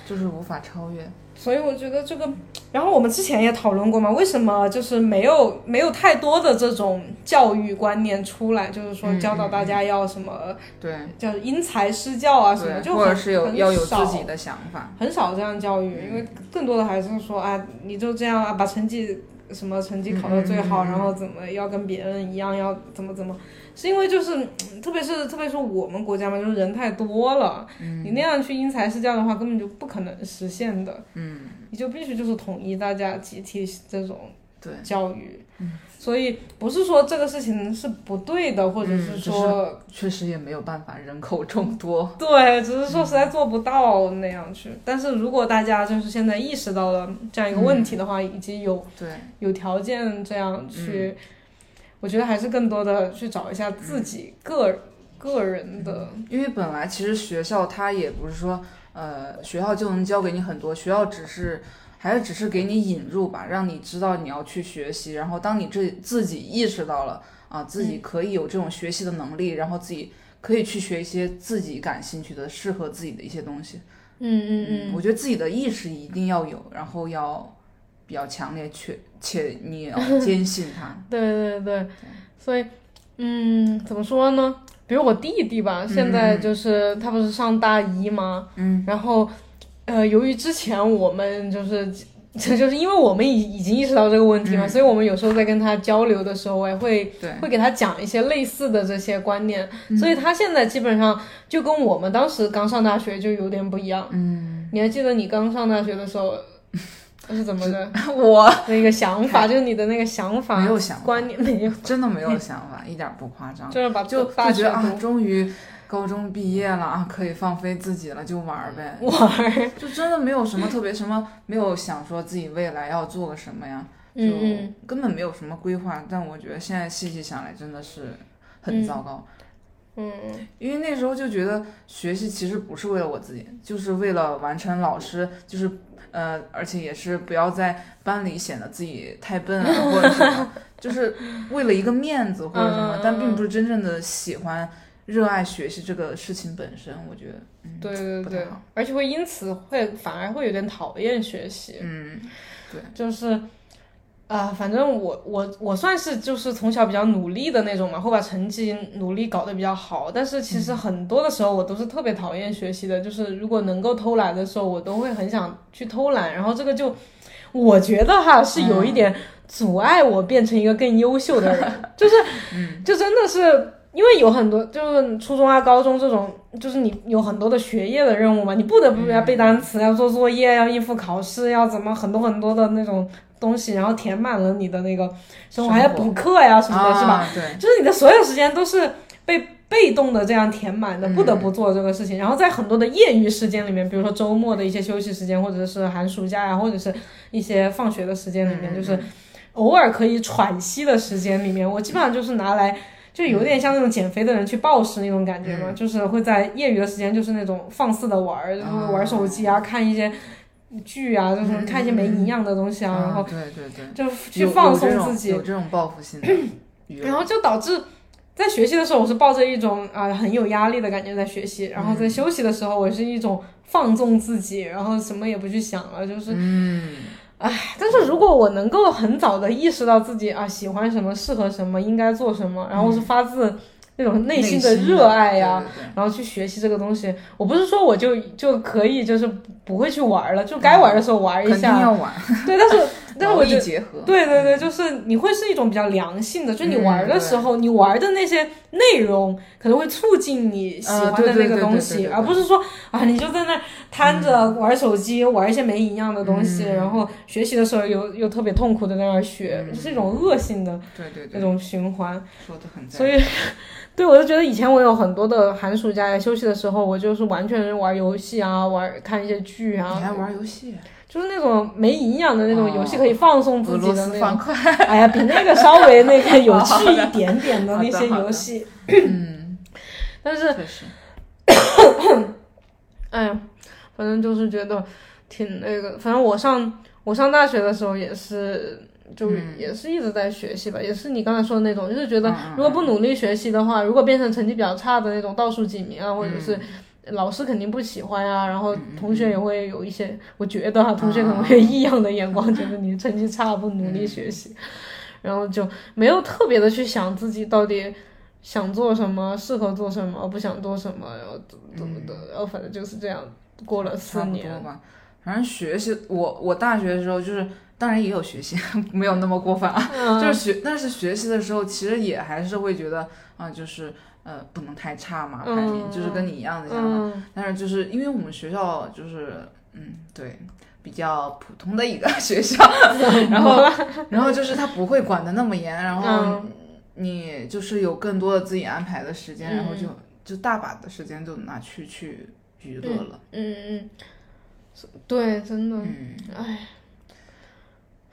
[SPEAKER 3] 就是无法超越。
[SPEAKER 2] 所以我觉得这个，然后我们之前也讨论过嘛，为什么就是没有没有太多的这种教育观念出来，就是
[SPEAKER 3] 嗯
[SPEAKER 2] 说教导大家要什么
[SPEAKER 3] 对
[SPEAKER 2] 叫因材施教啊什么，
[SPEAKER 3] 对，
[SPEAKER 2] 就
[SPEAKER 3] 或者
[SPEAKER 2] 很
[SPEAKER 3] 是有
[SPEAKER 2] 很
[SPEAKER 3] 要有
[SPEAKER 2] 少
[SPEAKER 3] 自己的想法。
[SPEAKER 2] 很少这样教育，因为更多的还是说啊，你就这样啊，把成绩什么成绩考到最好，然后怎么要跟别人一样，要怎么怎么，是因为就是，嗯特别是特别是我们国家嘛，就是人太多了，你那样去因材施教的话，根本就不可能实现的，嗯，你就必须就是统一大家集体这种
[SPEAKER 3] 对
[SPEAKER 2] 教育，所以不是说这个事情是不对的，或者
[SPEAKER 3] 嗯
[SPEAKER 2] 是
[SPEAKER 3] 就是
[SPEAKER 2] 说
[SPEAKER 3] 确实也没有办法，人口众多。
[SPEAKER 2] 对，只是说实在做不到那样去。但是如果大家就是现在意识到了这样一个问题的话，以及有
[SPEAKER 3] 对，
[SPEAKER 2] 有条件这样去，我觉得还是更多的去找一下自己个、个人的，
[SPEAKER 3] 因为本来其实学校它也不是说，呃，学校就能教给你很多，学校只是还是只是给你引入吧，让你知道你要去学习，然后当你这自己意识到了啊，自己可以有这种学习的能力，然后自己可以去学一些自己感兴趣的、适合自己的一些东西。
[SPEAKER 2] 嗯嗯嗯，
[SPEAKER 3] 我觉得自己的意识一定要有，然后要比较强烈，且且你要坚信它。 *laughs*
[SPEAKER 2] 对对对，所以嗯，怎么说呢？比如我弟弟吧，现在就是、他不是上大一吗？
[SPEAKER 3] 嗯，
[SPEAKER 2] 然后呃，由于之前我们就是 *laughs* 这就是因为我们已已经意识到这个问题嘛，所以我们有时候在跟他交流的时候，我也会
[SPEAKER 3] 嗯对嗯
[SPEAKER 2] 会给他讲一些类似的这些观念，所以他现在基本上就跟我们当时刚上大学就有点不一样。嗯，你还记得你刚上大学的时候 *laughs* 是怎么的
[SPEAKER 3] 我
[SPEAKER 2] 那个想法？就是你的那个想法
[SPEAKER 3] 没有想法
[SPEAKER 2] 观念没有，
[SPEAKER 3] 真的没有想法，一点儿不夸张，
[SPEAKER 2] 就是把
[SPEAKER 3] 就
[SPEAKER 2] 大
[SPEAKER 3] 就
[SPEAKER 2] 学
[SPEAKER 3] 觉得啊，终于高中毕业了啊，可以放飞自己了，就玩儿呗。
[SPEAKER 2] 都玩儿。
[SPEAKER 3] 就真的没有什么特别什么，没有想说自己未来要做个什么呀，就
[SPEAKER 2] 嗯嗯，
[SPEAKER 3] 根本没有什么规划。但我觉得现在细细想来，真的是很糟糕。
[SPEAKER 2] 嗯，
[SPEAKER 3] 因为那时候就觉得学习其实不是为了我自己，就是为了完成老师，就是呃，而且也是不要在班里显得自己太笨啊
[SPEAKER 2] *laughs*
[SPEAKER 3] 或者什么，就是为了一个面子或者什么，
[SPEAKER 2] 嗯
[SPEAKER 3] 但并不是真正的喜欢、热爱学习这个事情本身。我觉得，嗯，
[SPEAKER 2] 对对
[SPEAKER 3] 不
[SPEAKER 2] 对
[SPEAKER 3] 太好，
[SPEAKER 2] 而且会因此会反而会有点讨厌学习。
[SPEAKER 3] 嗯，
[SPEAKER 2] 就是，啊、反正我我我算是就是从小比较努力的那种嘛，会把成绩努力搞得比较好。但是其实很多的时候我都是特别讨厌学习的，就是如果能够偷懒的时候，我都会很想去偷懒。然后这个就，我觉得哈是有一点阻碍我变成一个更优秀的人，就是，就真的是。因为有很多就是初中啊、高中这种，就是你有很多的学业的任务嘛，你不得不要背单词，要做作业，要应付考试，要怎么很多很多的那种东西，然后填满了你的那个生
[SPEAKER 3] 生
[SPEAKER 2] 活，
[SPEAKER 3] 活
[SPEAKER 2] 还要补课呀什么的，是吧？
[SPEAKER 3] 啊？对，
[SPEAKER 2] 就是你的所有时间都是被被动的这样填满
[SPEAKER 3] 嗯
[SPEAKER 2] 的，不得不做这个事情。然后在很多的业余时间里面，比如说周末的一些休息时间，或者是寒暑假呀、或者是一些放学的时间里
[SPEAKER 3] 嗯
[SPEAKER 2] 面，就是偶尔可以喘息的时间里面，我基本上就是拿来。就有点像那种减肥的人去暴食那种感觉嘛，
[SPEAKER 3] 嗯
[SPEAKER 2] 就是会在业余的时间，就是那种放肆的玩儿，就是玩手机
[SPEAKER 3] 嗯
[SPEAKER 2] 啊，看一些剧啊，就是看一些没营养的东西啊，然后
[SPEAKER 3] 啊对对对，
[SPEAKER 2] 就去
[SPEAKER 3] 嗯有
[SPEAKER 2] 放
[SPEAKER 3] 有这
[SPEAKER 2] 松
[SPEAKER 3] 种
[SPEAKER 2] 自己。
[SPEAKER 3] 有这种报复
[SPEAKER 2] *clears throat*
[SPEAKER 3] 心的娱乐
[SPEAKER 2] 然后就导致在学习的时候，我是抱着一种啊、呃很有压力的感觉在学习，然后在休息的时候，我是一种放纵自己，然后什么也不去想了，就是嗯，唉，但是如果我能够很早的意识到自己啊喜欢什么、适合什么、应该做什么，然后是发自那种内心的热爱呀、，
[SPEAKER 3] 对对对
[SPEAKER 2] 然后去学习这个东西，我不是说我就就可以就是不会去玩了，就该玩的时候玩一
[SPEAKER 3] 肯定
[SPEAKER 2] 下，
[SPEAKER 3] 要玩，
[SPEAKER 2] 对，但是但是
[SPEAKER 3] 劳
[SPEAKER 2] 我觉
[SPEAKER 3] 逸
[SPEAKER 2] 得
[SPEAKER 3] 结合，
[SPEAKER 2] 对对对，就是你会是一种比较良性的，就你
[SPEAKER 3] 嗯
[SPEAKER 2] 玩的
[SPEAKER 3] 对
[SPEAKER 2] 时候，你玩的那些内容可能会促进你喜
[SPEAKER 3] 呃
[SPEAKER 2] 欢
[SPEAKER 3] 对
[SPEAKER 2] 的
[SPEAKER 3] 对
[SPEAKER 2] 那个
[SPEAKER 3] 对
[SPEAKER 2] 东
[SPEAKER 3] 对
[SPEAKER 2] 西，
[SPEAKER 3] 对嗯对
[SPEAKER 2] 而不是说啊，你就在那摊着玩手机，玩一些没营养的东西，
[SPEAKER 3] 嗯
[SPEAKER 2] 然后学习的时候又又特别痛苦的在那儿学，就是一种恶性的
[SPEAKER 3] 对对
[SPEAKER 2] 那
[SPEAKER 3] 对，
[SPEAKER 2] 种循环。
[SPEAKER 3] 说的很在
[SPEAKER 2] 所以， *laughs* 对我就觉得以前我有很多的寒暑假呀休息的时候，我就是完全是玩游戏啊，玩看一些剧
[SPEAKER 3] 你还
[SPEAKER 2] 啊，
[SPEAKER 3] 玩游戏，
[SPEAKER 2] 就是那种没营养的那种游戏，
[SPEAKER 3] 哦
[SPEAKER 2] 可以放松自
[SPEAKER 3] 俄
[SPEAKER 2] 己
[SPEAKER 3] 罗
[SPEAKER 2] 的
[SPEAKER 3] 斯
[SPEAKER 2] 那
[SPEAKER 3] 方
[SPEAKER 2] 种。 *laughs*
[SPEAKER 3] 块，
[SPEAKER 2] 哎呀，比那个稍微那个 *laughs* 有趣一点点的那些游戏，
[SPEAKER 3] 嗯，
[SPEAKER 2] 但是
[SPEAKER 3] 确实，
[SPEAKER 2] 哎呀，反正就是觉得挺那个。反正我上我上大学的时候也是，就也是一直在学习吧，也是你刚才说的那种，就是觉得
[SPEAKER 3] 嗯嗯
[SPEAKER 2] 如果不努力学习的话，如果变成成绩比较差的那种倒数几名啊，或者是。
[SPEAKER 3] 嗯
[SPEAKER 2] 老师肯定不喜欢呀、然后同学也会有一些，我觉得哈、同学可能会有异样的眼光，觉得你成绩差不努力学
[SPEAKER 3] 嗯
[SPEAKER 2] 习，然后就没有特别的去想自己到底想做什么，适合做什么，不想做什么，然后怎么怎么的，然后反正就是这样过了四
[SPEAKER 3] 嗯差不多
[SPEAKER 2] 年。
[SPEAKER 3] 吧。反正学习，我我大学的时候就是，当然也有学习， *laughs* 没有那么过分啊。
[SPEAKER 2] 嗯
[SPEAKER 3] 就是学，但是学习的时候，其实也还是会觉得啊、就是呃，不能太差嘛，排名、
[SPEAKER 2] 嗯
[SPEAKER 3] 就是跟你一样的想法。
[SPEAKER 2] 嗯，
[SPEAKER 3] 但是就是因为我们学校就是嗯对比较普通的一个 *laughs* 学校，然后
[SPEAKER 2] *laughs*
[SPEAKER 3] 然后就是他不会管的那么严，然后
[SPEAKER 2] 嗯
[SPEAKER 3] 你就是有更多的自己安排的时间，
[SPEAKER 2] 嗯
[SPEAKER 3] 然后就就大把的时间就拿去去娱乐了，
[SPEAKER 2] 嗯嗯，对，真的，
[SPEAKER 3] 嗯
[SPEAKER 2] 哎，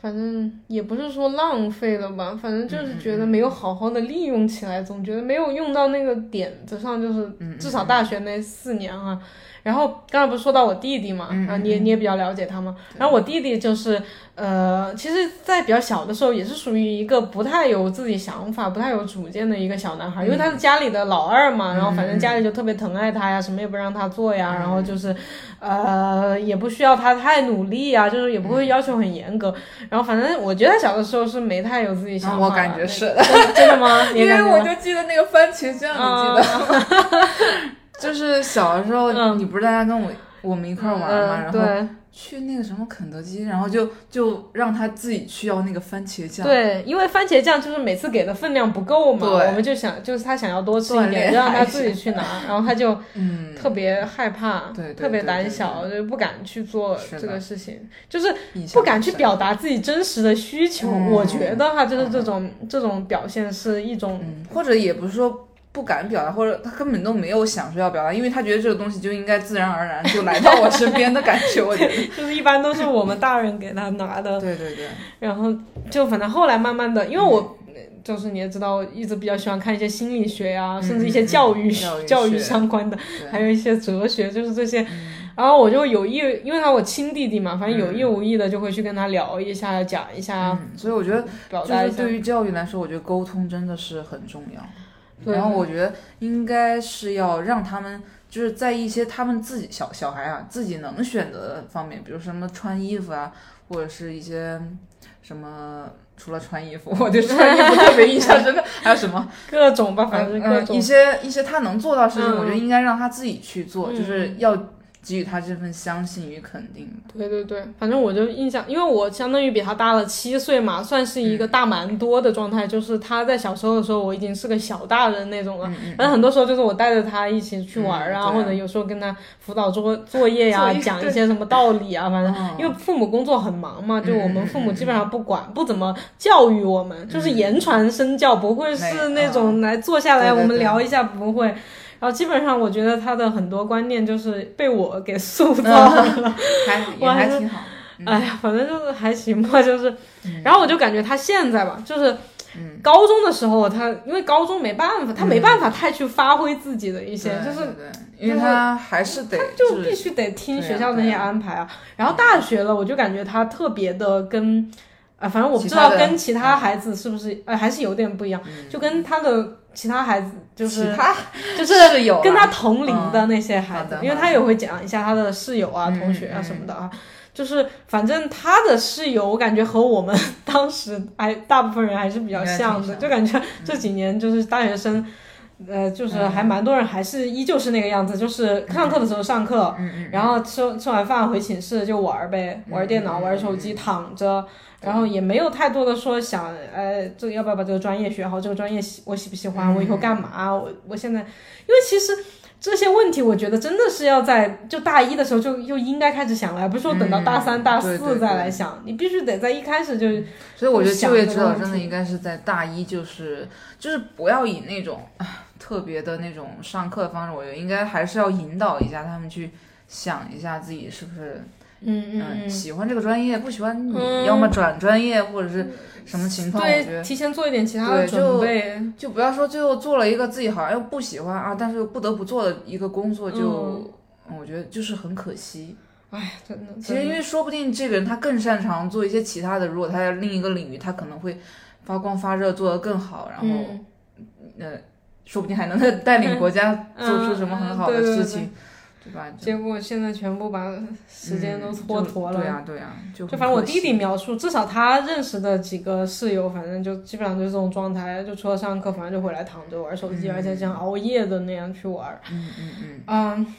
[SPEAKER 2] 反正也不是说浪费了吧，反正就是觉
[SPEAKER 3] 嗯
[SPEAKER 2] 得没有好好的利用起来，总觉得没有用到那个点子上，就是
[SPEAKER 3] 嗯
[SPEAKER 2] 至少大学那四年啊。然后刚才不是说到我弟弟嘛，
[SPEAKER 3] 嗯
[SPEAKER 2] 啊，
[SPEAKER 3] 嗯
[SPEAKER 2] 你也你也比较了解他嘛。
[SPEAKER 3] 对
[SPEAKER 2] 然后我弟弟就是，呃，其实，在比较小的时候，也是属于一个不太有自己想法、不太有主见的一个小男孩，因为
[SPEAKER 3] 嗯
[SPEAKER 2] 他是家里的老二嘛，然后反正家里就特别疼爱他呀，什么也不让他做呀，然后就是，呃，也不需要他太努力呀，就是也不
[SPEAKER 3] 嗯
[SPEAKER 2] 会要求很严格。然后反正我觉得他小的时候是没太有自己想法
[SPEAKER 3] 啊
[SPEAKER 2] 的，
[SPEAKER 3] 我感觉是
[SPEAKER 2] 那真真的
[SPEAKER 3] *laughs*
[SPEAKER 2] 吗？你也
[SPEAKER 3] 因
[SPEAKER 2] 感
[SPEAKER 3] 为
[SPEAKER 2] 觉
[SPEAKER 3] 我
[SPEAKER 2] 吗
[SPEAKER 3] 就记得那
[SPEAKER 2] 嗯
[SPEAKER 3] *laughs* 个番茄酱，你记得？就是小的时候，你不是大家跟我我们一块玩嘛，
[SPEAKER 2] 嗯，
[SPEAKER 3] 然后
[SPEAKER 2] 对
[SPEAKER 3] 去那个什么肯德基，然后就就让他自己去要那个番茄酱，
[SPEAKER 2] 对，因为番茄酱就是每次给的分量不够嘛，
[SPEAKER 3] 对
[SPEAKER 2] 我们就想就是他想要多吃
[SPEAKER 3] 锻
[SPEAKER 2] 一点，
[SPEAKER 3] 炼
[SPEAKER 2] 就让他
[SPEAKER 3] 还是
[SPEAKER 2] 自己去拿，然后他就
[SPEAKER 3] *laughs* 嗯，
[SPEAKER 2] 特别害怕，
[SPEAKER 3] 对对
[SPEAKER 2] 特别
[SPEAKER 3] 对
[SPEAKER 2] 胆
[SPEAKER 3] 对
[SPEAKER 2] 小，就不敢去做
[SPEAKER 3] 是的
[SPEAKER 2] 这个事情，就是
[SPEAKER 3] 印
[SPEAKER 2] 不
[SPEAKER 3] 象
[SPEAKER 2] 敢去
[SPEAKER 3] 深
[SPEAKER 2] 表达自己真实的需求。
[SPEAKER 3] 嗯
[SPEAKER 2] 我觉得哈，就是这种、这种表现是一种，
[SPEAKER 3] 嗯，或者也不是说不敢表达，或者他根本都没有想说要表达，因为他觉得这个东西就应该自然而然就来到我身边的感觉。我觉得，
[SPEAKER 2] *laughs* 就是一般都是我们大人给他拿的，
[SPEAKER 3] *laughs* 对对对，
[SPEAKER 2] 然后就反正后来慢慢的，因为我。就是你也知道，我一直比较喜欢看一些心理学呀、
[SPEAKER 3] 嗯
[SPEAKER 2] 甚至一些教育、
[SPEAKER 3] 嗯教育
[SPEAKER 2] 教育
[SPEAKER 3] 学
[SPEAKER 2] 相关的，
[SPEAKER 3] 对嗯
[SPEAKER 2] 还有一些哲学，就是这些。然后我就有意，因为他我亲弟弟嘛，反正有意无意的就会去跟他聊一下、讲一下、
[SPEAKER 3] 嗯，所以我觉得，
[SPEAKER 2] 表达
[SPEAKER 3] 就
[SPEAKER 2] 一
[SPEAKER 3] 是
[SPEAKER 2] 下。
[SPEAKER 3] 对于教育来说，我觉得沟通真的是很重要。
[SPEAKER 2] 对
[SPEAKER 3] 然后我觉得应该是要让他们。就是在一些他们自己小小孩啊自己能选择的方面，比如什么穿衣服啊，或者是一些什么，除了穿衣服，我对穿衣服特别印象深刻。还有什么
[SPEAKER 2] 各种吧，反正
[SPEAKER 3] 嗯
[SPEAKER 2] 各
[SPEAKER 3] 嗯，
[SPEAKER 2] 种。
[SPEAKER 3] 一些一些他能做到的事情，
[SPEAKER 2] 嗯
[SPEAKER 3] 我觉得应该让他自己去做，
[SPEAKER 2] 嗯
[SPEAKER 3] 就是要给予他这份相信与肯定吧。
[SPEAKER 2] 对对对，反正我就印象，因为我相当于比他大了七岁嘛，算是一个
[SPEAKER 3] 嗯
[SPEAKER 2] 大蛮多的状态。就是他在小时候的时候，我已经是个小大人那种了。
[SPEAKER 3] 嗯
[SPEAKER 2] 反正很多时候就是我带着他一起去玩
[SPEAKER 3] 嗯对啊
[SPEAKER 2] 或者有时候跟他辅导作作业呀、
[SPEAKER 3] 作业
[SPEAKER 2] 讲一些什么道理啊，反正
[SPEAKER 3] 嗯
[SPEAKER 2] 因为父母工作很忙嘛，就我
[SPEAKER 3] 嗯
[SPEAKER 2] 们
[SPEAKER 3] 嗯
[SPEAKER 2] 父母基本上不管，不怎么教育我们，就是言传身教，不会是那种来坐下来
[SPEAKER 3] 嗯对对
[SPEAKER 2] 我们
[SPEAKER 3] 对
[SPEAKER 2] 聊一下，不会。然后基本上我觉得他的很多观念就是被我给塑造了。
[SPEAKER 3] 嗯还也
[SPEAKER 2] 我还
[SPEAKER 3] 哦还
[SPEAKER 2] 是
[SPEAKER 3] 挺好。
[SPEAKER 2] 哎呀，反正就是还行吧， *laughs* 就是，然后我就感觉他现在吧，就是
[SPEAKER 3] 嗯，
[SPEAKER 2] 高中的时候他，因为高中没办法，他没办法太去发挥自己的一些，
[SPEAKER 3] 对
[SPEAKER 2] 就是
[SPEAKER 3] 对对，因为他还是得
[SPEAKER 2] 就是必须得听
[SPEAKER 3] 对啊
[SPEAKER 2] 学校那些
[SPEAKER 3] 对啊
[SPEAKER 2] 安排啊。然后大学了，我就感觉他特别的跟，啊、反正我不知
[SPEAKER 3] 其他
[SPEAKER 2] 道
[SPEAKER 3] 的嗯
[SPEAKER 2] 跟其他孩子是不是，呃，还是有点不一样，就跟他的其他孩子就
[SPEAKER 3] 其
[SPEAKER 2] 是。
[SPEAKER 3] 他
[SPEAKER 2] 就是
[SPEAKER 3] 室友啊
[SPEAKER 2] 跟他同龄的那些孩
[SPEAKER 3] 嗯好
[SPEAKER 2] 子，
[SPEAKER 3] 的
[SPEAKER 2] 因为他也会讲一下他的室友啊、
[SPEAKER 3] 嗯
[SPEAKER 2] 同学啊什么的啊。就是反正他的室友，我感觉和我们 *laughs* 当时还大部分人还是比较像的，
[SPEAKER 3] 应该挺像嗯
[SPEAKER 2] 就感觉这几年就是大学生。呃，就是还蛮多人还是依旧是那个样子，就是上课的时候上课，
[SPEAKER 3] 嗯
[SPEAKER 2] 然后吃吃完饭回寝室就玩儿呗，玩儿电
[SPEAKER 3] 嗯
[SPEAKER 2] 脑、玩儿手机，躺着，然后也没有太多的说想，呃，这个要不要把这个专业学好，这个专业喜我喜不喜欢，我以后干嘛，我我现在，因为其实这些问题，我觉得真的是要在就大一的时候就就应该开始想了，而不是说等到大三、
[SPEAKER 3] 嗯
[SPEAKER 2] 大四
[SPEAKER 3] 对对嗯
[SPEAKER 2] 再
[SPEAKER 3] 对
[SPEAKER 2] 来想，你必须得在一开始就
[SPEAKER 3] 所以我觉得
[SPEAKER 2] 想
[SPEAKER 3] 就业
[SPEAKER 2] 这
[SPEAKER 3] 指
[SPEAKER 2] 个
[SPEAKER 3] 导
[SPEAKER 2] 问
[SPEAKER 3] 真的
[SPEAKER 2] 题
[SPEAKER 3] 应该是在大一，就是就是不要以那种啊特别的那种上课的方式，我觉得应该还是要引导一下他们去想一下自己是不是
[SPEAKER 2] 嗯嗯
[SPEAKER 3] 嗯
[SPEAKER 2] 嗯。
[SPEAKER 3] 喜欢这个专业，不喜欢你、
[SPEAKER 2] 嗯
[SPEAKER 3] 要么转专业或者是什么情况，我觉
[SPEAKER 2] 对，
[SPEAKER 3] 得
[SPEAKER 2] 提前做一点其他的
[SPEAKER 3] 对
[SPEAKER 2] 准
[SPEAKER 3] 就
[SPEAKER 2] 备，
[SPEAKER 3] 就不要说最后做了一个自己好像又不喜欢啊，但是又不得不做的一个工作就，
[SPEAKER 2] 嗯
[SPEAKER 3] 嗯我觉得就是很可惜。
[SPEAKER 2] 哎，真的，
[SPEAKER 3] 其实因
[SPEAKER 2] 为
[SPEAKER 3] 为说不定这个人他更擅长做一些其他的，如果他在另一个领域，他可能会发光发热做得更好，然后、
[SPEAKER 2] 嗯
[SPEAKER 3] 呃，说不定还能带领国家
[SPEAKER 2] *laughs* 嗯
[SPEAKER 3] 做出什么很好的
[SPEAKER 2] 对对
[SPEAKER 3] 事
[SPEAKER 2] 对
[SPEAKER 3] 情，对吧？
[SPEAKER 2] 结果现在全部把时间都
[SPEAKER 3] 嗯
[SPEAKER 2] 蹉跎
[SPEAKER 3] 就
[SPEAKER 2] 了。
[SPEAKER 3] 对呀、对呀、就
[SPEAKER 2] 就
[SPEAKER 3] 很
[SPEAKER 2] 反正我
[SPEAKER 3] 可
[SPEAKER 2] 弟
[SPEAKER 3] 惜
[SPEAKER 2] 弟描述，至少他认识的几个室友，反正就基本上就是这种状态，就除了上课，反正就回来躺着玩手机，
[SPEAKER 3] 嗯
[SPEAKER 2] 而且像熬夜的那样去玩。
[SPEAKER 3] 嗯嗯嗯，
[SPEAKER 2] 嗯，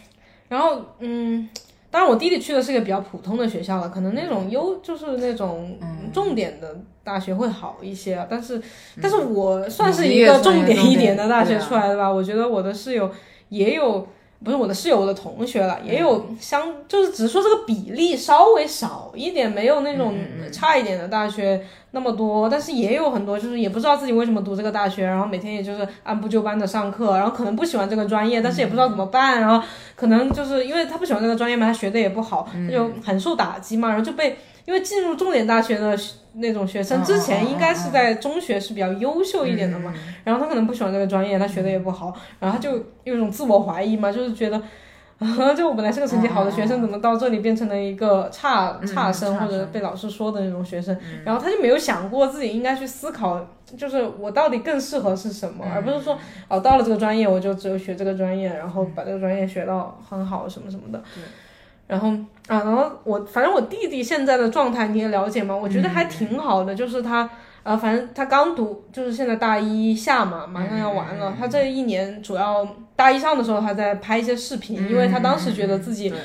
[SPEAKER 2] 然后嗯，当然我弟弟去的是一个比较普通的学校了，可能那种优就是那种
[SPEAKER 3] 嗯
[SPEAKER 2] 重点的大学会好一些啊，但是但是我算是
[SPEAKER 3] 你
[SPEAKER 2] 一
[SPEAKER 3] 也
[SPEAKER 2] 个
[SPEAKER 3] 算
[SPEAKER 2] 重
[SPEAKER 3] 一个
[SPEAKER 2] 点
[SPEAKER 3] 重
[SPEAKER 2] 一点
[SPEAKER 3] 点
[SPEAKER 2] 的大
[SPEAKER 3] 对
[SPEAKER 2] 学
[SPEAKER 3] 啊
[SPEAKER 2] 出来的吧，我觉得我的室友也有。不是我的室友，我的同学了，也有
[SPEAKER 3] 嗯
[SPEAKER 2] 相，就是只是说这个比例稍微少一点，没有那种
[SPEAKER 3] 嗯
[SPEAKER 2] 差一点的大学那么多，但是也有很多就是也不知道自己为什么读这个大学，然后每天也就是按部就班的上课，然后可能不喜欢这个专业，但是也不知道怎么办，然后可能就是因为他不喜欢这个专业嘛，他学的也不好，
[SPEAKER 3] 嗯
[SPEAKER 2] 他就很受打击嘛，然后就被因为进入重点大学的学那种学生
[SPEAKER 3] 嗯
[SPEAKER 2] 之
[SPEAKER 3] 嗯
[SPEAKER 2] 前
[SPEAKER 3] 嗯
[SPEAKER 2] 应该是在中学是比较优秀一点的嘛，然后他可能不喜欢这个专业，他学的也不好，然后他就有一种自我怀疑嘛，就是觉得。 *laughs* 啊，就我本来是个成绩好的学生，怎么到这里变成了一个差
[SPEAKER 3] 嗯
[SPEAKER 2] 差生
[SPEAKER 3] 差
[SPEAKER 2] 或者
[SPEAKER 3] 生
[SPEAKER 2] 被老师说的那种学生？然后他就没有想过自己应该去思考，就是我到底更适合是什么，而不是说哦到了这个专业我就只有学这个专业，然后把这个专业学到很好什么什么的。然后啊，然后我反正我弟弟现在的状态你也了解嘛，我觉得还挺好的，就是他呃，反正他刚读，就是现在大一下嘛，马上要完了。他这一年主要大一上的时候，他在拍一些视频，因为他当时觉得自己
[SPEAKER 3] 对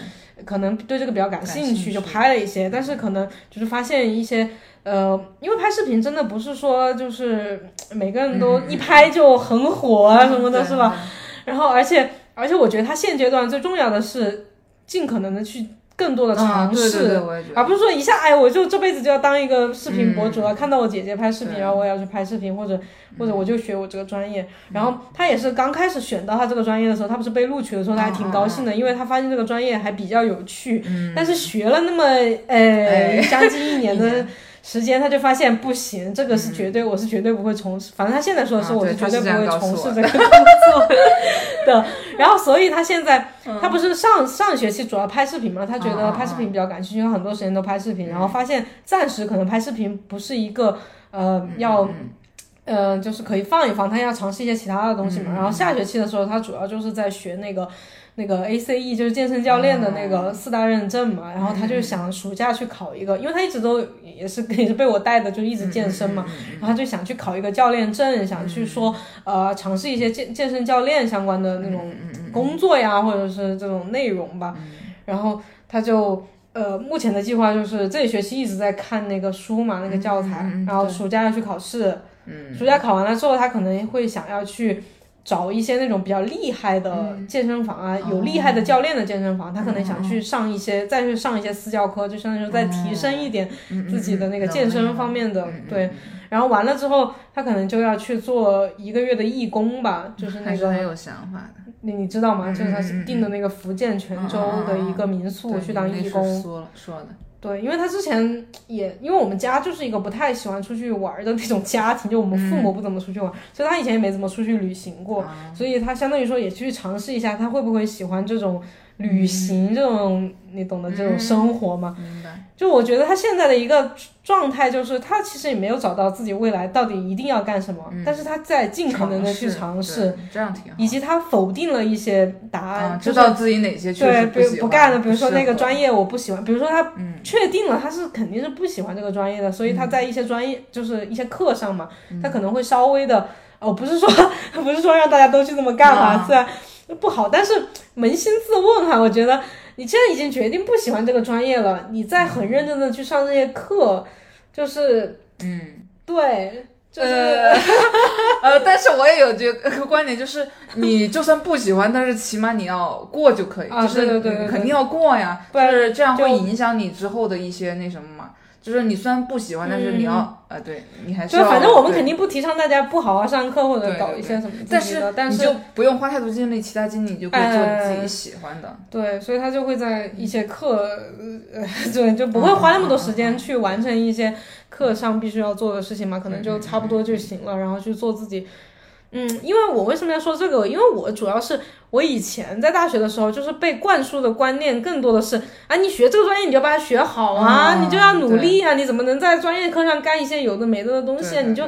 [SPEAKER 2] 可能对这个比较感兴
[SPEAKER 3] 感兴趣
[SPEAKER 2] 就拍了一些，但是可能就是发现一些。呃，因为拍视频真的不是说就是每个人
[SPEAKER 3] 嗯
[SPEAKER 2] 都一拍就很火啊什么的，是吧？然后而且而且我觉得他现阶段最重要的是尽可能的去更多的
[SPEAKER 3] 啊，
[SPEAKER 2] 尝
[SPEAKER 3] 对对对，
[SPEAKER 2] 试。
[SPEAKER 3] 我也觉得
[SPEAKER 2] 而不是说一下，哎，我就这辈子就要当一个视频博主了。看到我姐姐拍视频，
[SPEAKER 3] 嗯对嗯
[SPEAKER 2] 然后我也要去拍视频，或者或者我就学我这个专业。然后他也是刚开始选到他这个专业的时候，他不是被录取的时候，他还挺高兴的，
[SPEAKER 3] 嗯
[SPEAKER 2] 因为他发现这个专业还比较有趣。但是学了那么呃、
[SPEAKER 3] 哎
[SPEAKER 2] 将近一
[SPEAKER 3] *laughs*
[SPEAKER 2] 年的时间，他就发现不行，这个是绝对、我是绝对不会从事。反正他现在说的是，
[SPEAKER 3] 啊
[SPEAKER 2] 我
[SPEAKER 3] 对
[SPEAKER 2] 是绝
[SPEAKER 3] 他是这
[SPEAKER 2] 不
[SPEAKER 3] 样
[SPEAKER 2] 会
[SPEAKER 3] 告诉
[SPEAKER 2] 从
[SPEAKER 3] 我
[SPEAKER 2] 事这个工作的。 *laughs* 然后，所以他现在、他不是上上学期主要拍视频嘛，他觉得拍视频比较感兴趣，因为很多时间都拍视频，然后发现暂时可能拍视频不是一个呃要。呃，就是可以放一放，他要尝试一些其他的东西嘛。然后下学期的时候，他主要就是在学那个那个 ACE，就是健身教练的那个四大认证嘛。然后他就想暑假去考一个，因为他一直都也是也是被我带的，就一直健身嘛。然后他就想去考一个教练证，想去说呃尝试一些健健身教练相关的那种工作呀，或者是这种内容吧。然后他就呃，目前的计划就是这一学期一直在看那个书嘛，那个教材，然后暑假要去考试，嗯，暑假考完了之后，他可能会想要去。找一些那种比较厉害的健身房啊，有厉害的教练的健身房，他可能想去上一些，再去上一些私教课，就相当于说再提升一点
[SPEAKER 3] 嗯
[SPEAKER 2] 自己的那个健身方面的，对。然后完了之后，他可能就要去做一个月的义工吧，就是那
[SPEAKER 3] 还
[SPEAKER 2] 个
[SPEAKER 3] 是很有想法的，
[SPEAKER 2] 你你知道吗？就是他是订的那个福建泉州的一个嗯民宿
[SPEAKER 3] 对
[SPEAKER 2] 去当
[SPEAKER 3] 你
[SPEAKER 2] 义
[SPEAKER 3] 那时
[SPEAKER 2] 工，
[SPEAKER 3] 说了说的，
[SPEAKER 2] 对，因为他之前也因为我们家就是一个不太喜欢出去玩的那种家庭，就我们父母不怎么出去玩，所以他以前也没怎么出去旅行过，所以他相当于说也去尝试一下，他会不会喜欢这种旅行、这种你懂的这种生活吗？
[SPEAKER 3] 明白？
[SPEAKER 2] 就我觉得他现在的一个状态就是，他其实也没有找到自己未来到底一定要干什么，但是他在尽可能的去嗯尝试。
[SPEAKER 3] 对，这样挺好。
[SPEAKER 2] 以及他否定了一些答案，
[SPEAKER 3] 啊，
[SPEAKER 2] 就
[SPEAKER 3] 知
[SPEAKER 2] 是
[SPEAKER 3] 道自己哪些确
[SPEAKER 2] 对，
[SPEAKER 3] 实
[SPEAKER 2] 比
[SPEAKER 3] 喜
[SPEAKER 2] 如
[SPEAKER 3] 不
[SPEAKER 2] 不干了，比如说那个
[SPEAKER 3] 适合嗯
[SPEAKER 2] 专业我不喜欢，比如说他确定了他是肯定是不喜欢这个专业的，所以他在一些专业就是一些课上嘛，
[SPEAKER 3] 嗯
[SPEAKER 2] 他可能会稍微的，哦，不是说 *laughs* 不是说让大家都去这么干嘛，
[SPEAKER 3] 啊
[SPEAKER 2] 虽然不好，但是扪心自问哈、我觉得你既然已经决定不喜欢这个专业了，你再很认真的去上这些课，就是
[SPEAKER 3] 嗯，
[SPEAKER 2] 对，就是、
[SPEAKER 3] 呃 *laughs* 呃，但是我也有这个观点，就是你就算不喜欢，但是起码你要过就可以，
[SPEAKER 2] 啊
[SPEAKER 3] 就是
[SPEAKER 2] 对对对对
[SPEAKER 3] 你
[SPEAKER 2] 对
[SPEAKER 3] 肯定要过呀，
[SPEAKER 2] 对
[SPEAKER 3] 就是这样
[SPEAKER 2] 就
[SPEAKER 3] 会影响你之后的一些那什么嘛。就是你虽然不喜欢，但是你
[SPEAKER 2] 嗯
[SPEAKER 3] 要呃，对你还是
[SPEAKER 2] 就是
[SPEAKER 3] 要
[SPEAKER 2] 反正我们
[SPEAKER 3] 对
[SPEAKER 2] 肯定不提倡大家不好好上课或者
[SPEAKER 3] 对
[SPEAKER 2] 搞
[SPEAKER 3] 对
[SPEAKER 2] 一些什么自己的，
[SPEAKER 3] 但是
[SPEAKER 2] 但
[SPEAKER 3] 你
[SPEAKER 2] 是哎
[SPEAKER 3] 就不用花太多精力，其他精力你就可以做你自己喜欢的。
[SPEAKER 2] 对，所以他就会在一些课，呃，对，就不会花那么多时
[SPEAKER 3] 嗯
[SPEAKER 2] 间去完成一些课上必须要做的事情嘛，可能就差不多就行了，然后去做自己。嗯，因为我为什么要说这个？因为我主要是我以前在大学的时候，就是被灌输的观念更多的是啊，你学这个专业你就把它学好啊，
[SPEAKER 3] 啊
[SPEAKER 2] 你就要努力啊，你怎么能在专业课上干一些有的没的的东西啊？
[SPEAKER 3] 对对
[SPEAKER 2] 你就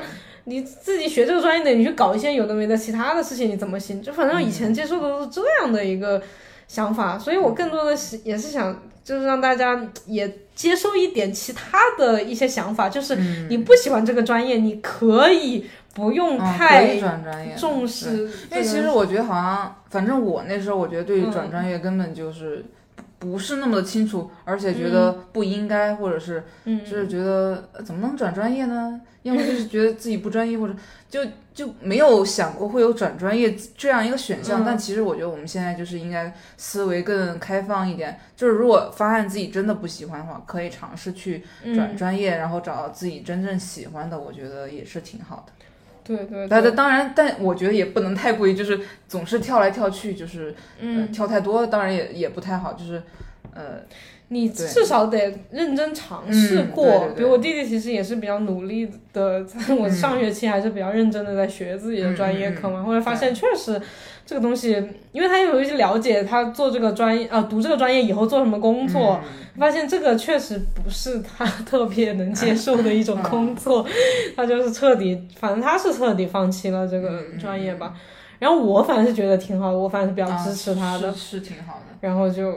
[SPEAKER 2] 你自己学这个专业的，你去搞一些有的没的其他的事情，你怎么行？就反正以
[SPEAKER 3] 嗯
[SPEAKER 2] 前接受的都是这样的一个想法，所以我更多的是也是想，就是让大家也接受一点其他的一些想法，就是你不喜欢这个专业，你可以不用
[SPEAKER 3] 嗯，可
[SPEAKER 2] 太
[SPEAKER 3] 以转专业，
[SPEAKER 2] 重视这个，
[SPEAKER 3] 因为其实我觉得好像，反正我那时候我觉得对于转
[SPEAKER 2] 嗯
[SPEAKER 3] 专业根本就是不不是那么的清楚，而且觉得不应该，或者是
[SPEAKER 2] 嗯
[SPEAKER 3] 就是觉得呃怎么能转专业呢？要
[SPEAKER 2] *laughs*
[SPEAKER 3] 么就是觉得自己不专业，或者就就没有想过会有转专业这样一个选项。
[SPEAKER 2] 嗯
[SPEAKER 3] 但其实我觉得我们现在就是应该思维更开放一点，就是如果发现自己真的不喜欢的话，可以尝试去转
[SPEAKER 2] 嗯，
[SPEAKER 3] 专业，然后找到自己真正喜欢的，我觉得也是挺好的。
[SPEAKER 2] 对对
[SPEAKER 3] 但
[SPEAKER 2] 对，
[SPEAKER 3] 但当然，但我觉得也不能太过于，就是总是跳来跳去，就是、呃
[SPEAKER 2] 嗯，
[SPEAKER 3] 跳太多，当然也也不太好，就是呃，
[SPEAKER 2] 你
[SPEAKER 3] 对
[SPEAKER 2] 至少得认真尝试
[SPEAKER 3] 嗯
[SPEAKER 2] 过。
[SPEAKER 3] 对对对嗯
[SPEAKER 2] 比如我弟弟其实也是比较努力的，我上学期还是比较认真的在学自己的专业课嘛，后来发现确实这个东西，因为他有一些了解，他做这个专业啊、读这个专业以后做什么工作，
[SPEAKER 3] 嗯
[SPEAKER 2] 发现这个确实不是他特别能接受的一种工作，
[SPEAKER 3] 嗯
[SPEAKER 2] *laughs* 他就是彻底，反正他是彻底放弃了这个专业吧。然后我反正是觉得挺好的，我反正是比较
[SPEAKER 3] 嗯啊
[SPEAKER 2] 支持他的，
[SPEAKER 3] 是是挺好的，
[SPEAKER 2] 然后就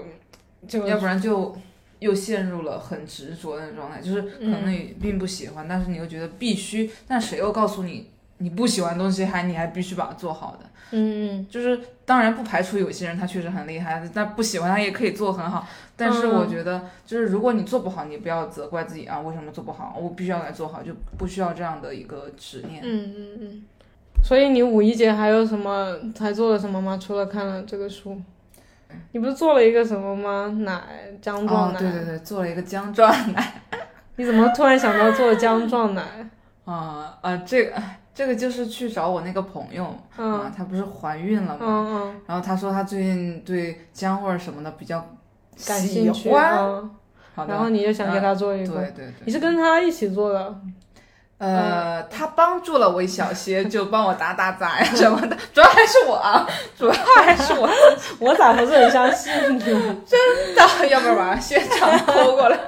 [SPEAKER 2] 就
[SPEAKER 3] 要不然就又陷入了很
[SPEAKER 2] 嗯
[SPEAKER 3] 执着的那种状态，就是可能你并不喜欢，但是你又觉得必须，但谁又告诉你你不喜欢的东西还你还必须把它做好的。
[SPEAKER 2] 嗯，
[SPEAKER 3] 就是当然不排除有些人他确实很厉害，但不喜欢他也可以做很好。但是
[SPEAKER 2] 嗯
[SPEAKER 3] 我觉得，就是如果你做不好，你不要责怪自己啊，为什么做不好？我必须要来做好，就不需要这样的一个执念。
[SPEAKER 2] 嗯嗯嗯。所以你五一节还有什么还做了什么吗？除了看了这个书，你不是做了一个什么吗？奶姜
[SPEAKER 3] 哦
[SPEAKER 2] 撞，奶、
[SPEAKER 3] 对对对，做了一个姜撞奶
[SPEAKER 2] 你怎么突然想到做姜撞奶？
[SPEAKER 3] *laughs* *laughs* 啊啊，这个这个就是去找我那个朋友
[SPEAKER 2] 嗯
[SPEAKER 3] 啊，她不是怀孕了
[SPEAKER 2] 嗯
[SPEAKER 3] 吗？
[SPEAKER 2] 嗯，
[SPEAKER 3] 然后她说她最近对姜味儿什么的比较
[SPEAKER 2] 感兴
[SPEAKER 3] 喜
[SPEAKER 2] 趣。
[SPEAKER 3] 欢。
[SPEAKER 2] 嗯，
[SPEAKER 3] 好的，
[SPEAKER 2] 然后你就想给他做一
[SPEAKER 3] 对
[SPEAKER 2] 个，
[SPEAKER 3] 对对。
[SPEAKER 2] 你是跟他一起做的，嗯
[SPEAKER 3] 呃，他帮助了我一小
[SPEAKER 2] *laughs*
[SPEAKER 3] 些，就帮我打打杂呀什么的，主要还是我啊，主要还是我，
[SPEAKER 2] *laughs* 我咋不是很相信你？ *laughs*
[SPEAKER 3] 真
[SPEAKER 2] 嗯
[SPEAKER 3] 的， *laughs* 要不然把现场偷过来。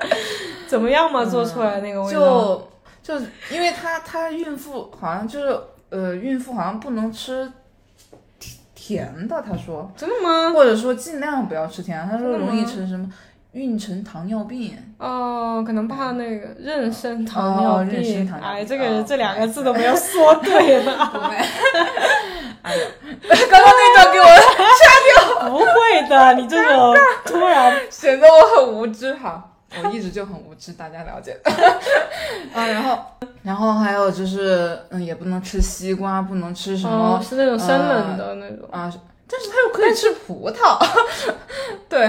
[SPEAKER 2] 怎么样嘛？做出来那个味道，
[SPEAKER 3] 就就因为她她孕妇好像就是呃，孕妇好像不能吃甜甜的，她说，
[SPEAKER 2] 真的吗？
[SPEAKER 3] 或者说尽量不要吃甜的，她说
[SPEAKER 2] 嗯真的吗
[SPEAKER 3] 容易成什么孕前糖尿
[SPEAKER 2] *laughs*
[SPEAKER 3] 病。 *laughs*
[SPEAKER 2] 哦，可能怕那个妊娠糖尿
[SPEAKER 3] 哦妊娠
[SPEAKER 2] 病。
[SPEAKER 3] 糖尿病
[SPEAKER 2] 哎，这个
[SPEAKER 3] 哦
[SPEAKER 2] 人这两个字都没有说对了，
[SPEAKER 3] *laughs* 对，哎呦，刚刚那段给我
[SPEAKER 2] 不会的，你这种突
[SPEAKER 3] *laughs*
[SPEAKER 2] 然，
[SPEAKER 3] 显得我很无知哈，我一直就很无知，大家了解。 *laughs* 啊，然后，然后还有就是，嗯，也不能吃西瓜，不能吃什
[SPEAKER 2] 哦，
[SPEAKER 3] 么、
[SPEAKER 2] 是那种生冷的那种，
[SPEAKER 3] 啊，但是他又可以吃葡萄， *laughs* 对，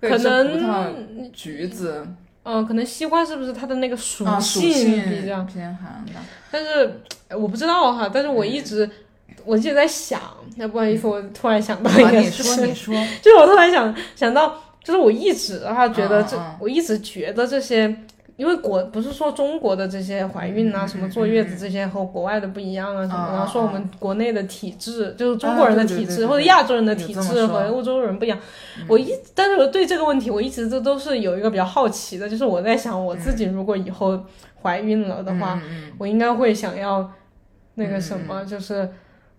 [SPEAKER 3] 可
[SPEAKER 2] 可
[SPEAKER 3] 以吃葡萄、
[SPEAKER 2] 能
[SPEAKER 3] 橘子
[SPEAKER 2] 嗯，可能西瓜是不是它的那个属
[SPEAKER 3] 啊，属
[SPEAKER 2] 性比较？
[SPEAKER 3] 偏寒的。
[SPEAKER 2] 但是呃我不知道哈，但是我一直、我一直在想，那不好意思， *laughs* 我突然想到一
[SPEAKER 3] 啊，
[SPEAKER 2] 个
[SPEAKER 3] 你
[SPEAKER 2] 事
[SPEAKER 3] 说，
[SPEAKER 2] 情，
[SPEAKER 3] 你说，
[SPEAKER 2] 就是我突然想想到，就是我一直哈觉得这，
[SPEAKER 3] 嗯嗯
[SPEAKER 2] 我一直觉得这些。因为国不是说中国的这些怀孕
[SPEAKER 3] 嗯
[SPEAKER 2] 啊、什么坐月子这些和国外的不一样啊什么的，
[SPEAKER 3] 嗯嗯
[SPEAKER 2] 然后说我们国内的体质就是中
[SPEAKER 3] 啊
[SPEAKER 2] 国人的
[SPEAKER 3] 对对
[SPEAKER 2] 体
[SPEAKER 3] 对
[SPEAKER 2] 质、
[SPEAKER 3] 对
[SPEAKER 2] 或者
[SPEAKER 3] 对
[SPEAKER 2] 亚洲人的体
[SPEAKER 3] 有这
[SPEAKER 2] 质
[SPEAKER 3] 么说嗯
[SPEAKER 2] 和欧洲人不一样。我一但是我对这个问题我一直都都是有一个比较好奇的，就是我在想我自己如果以后怀孕了的话，
[SPEAKER 3] 嗯，嗯
[SPEAKER 2] 我应该会想要那个什么，就是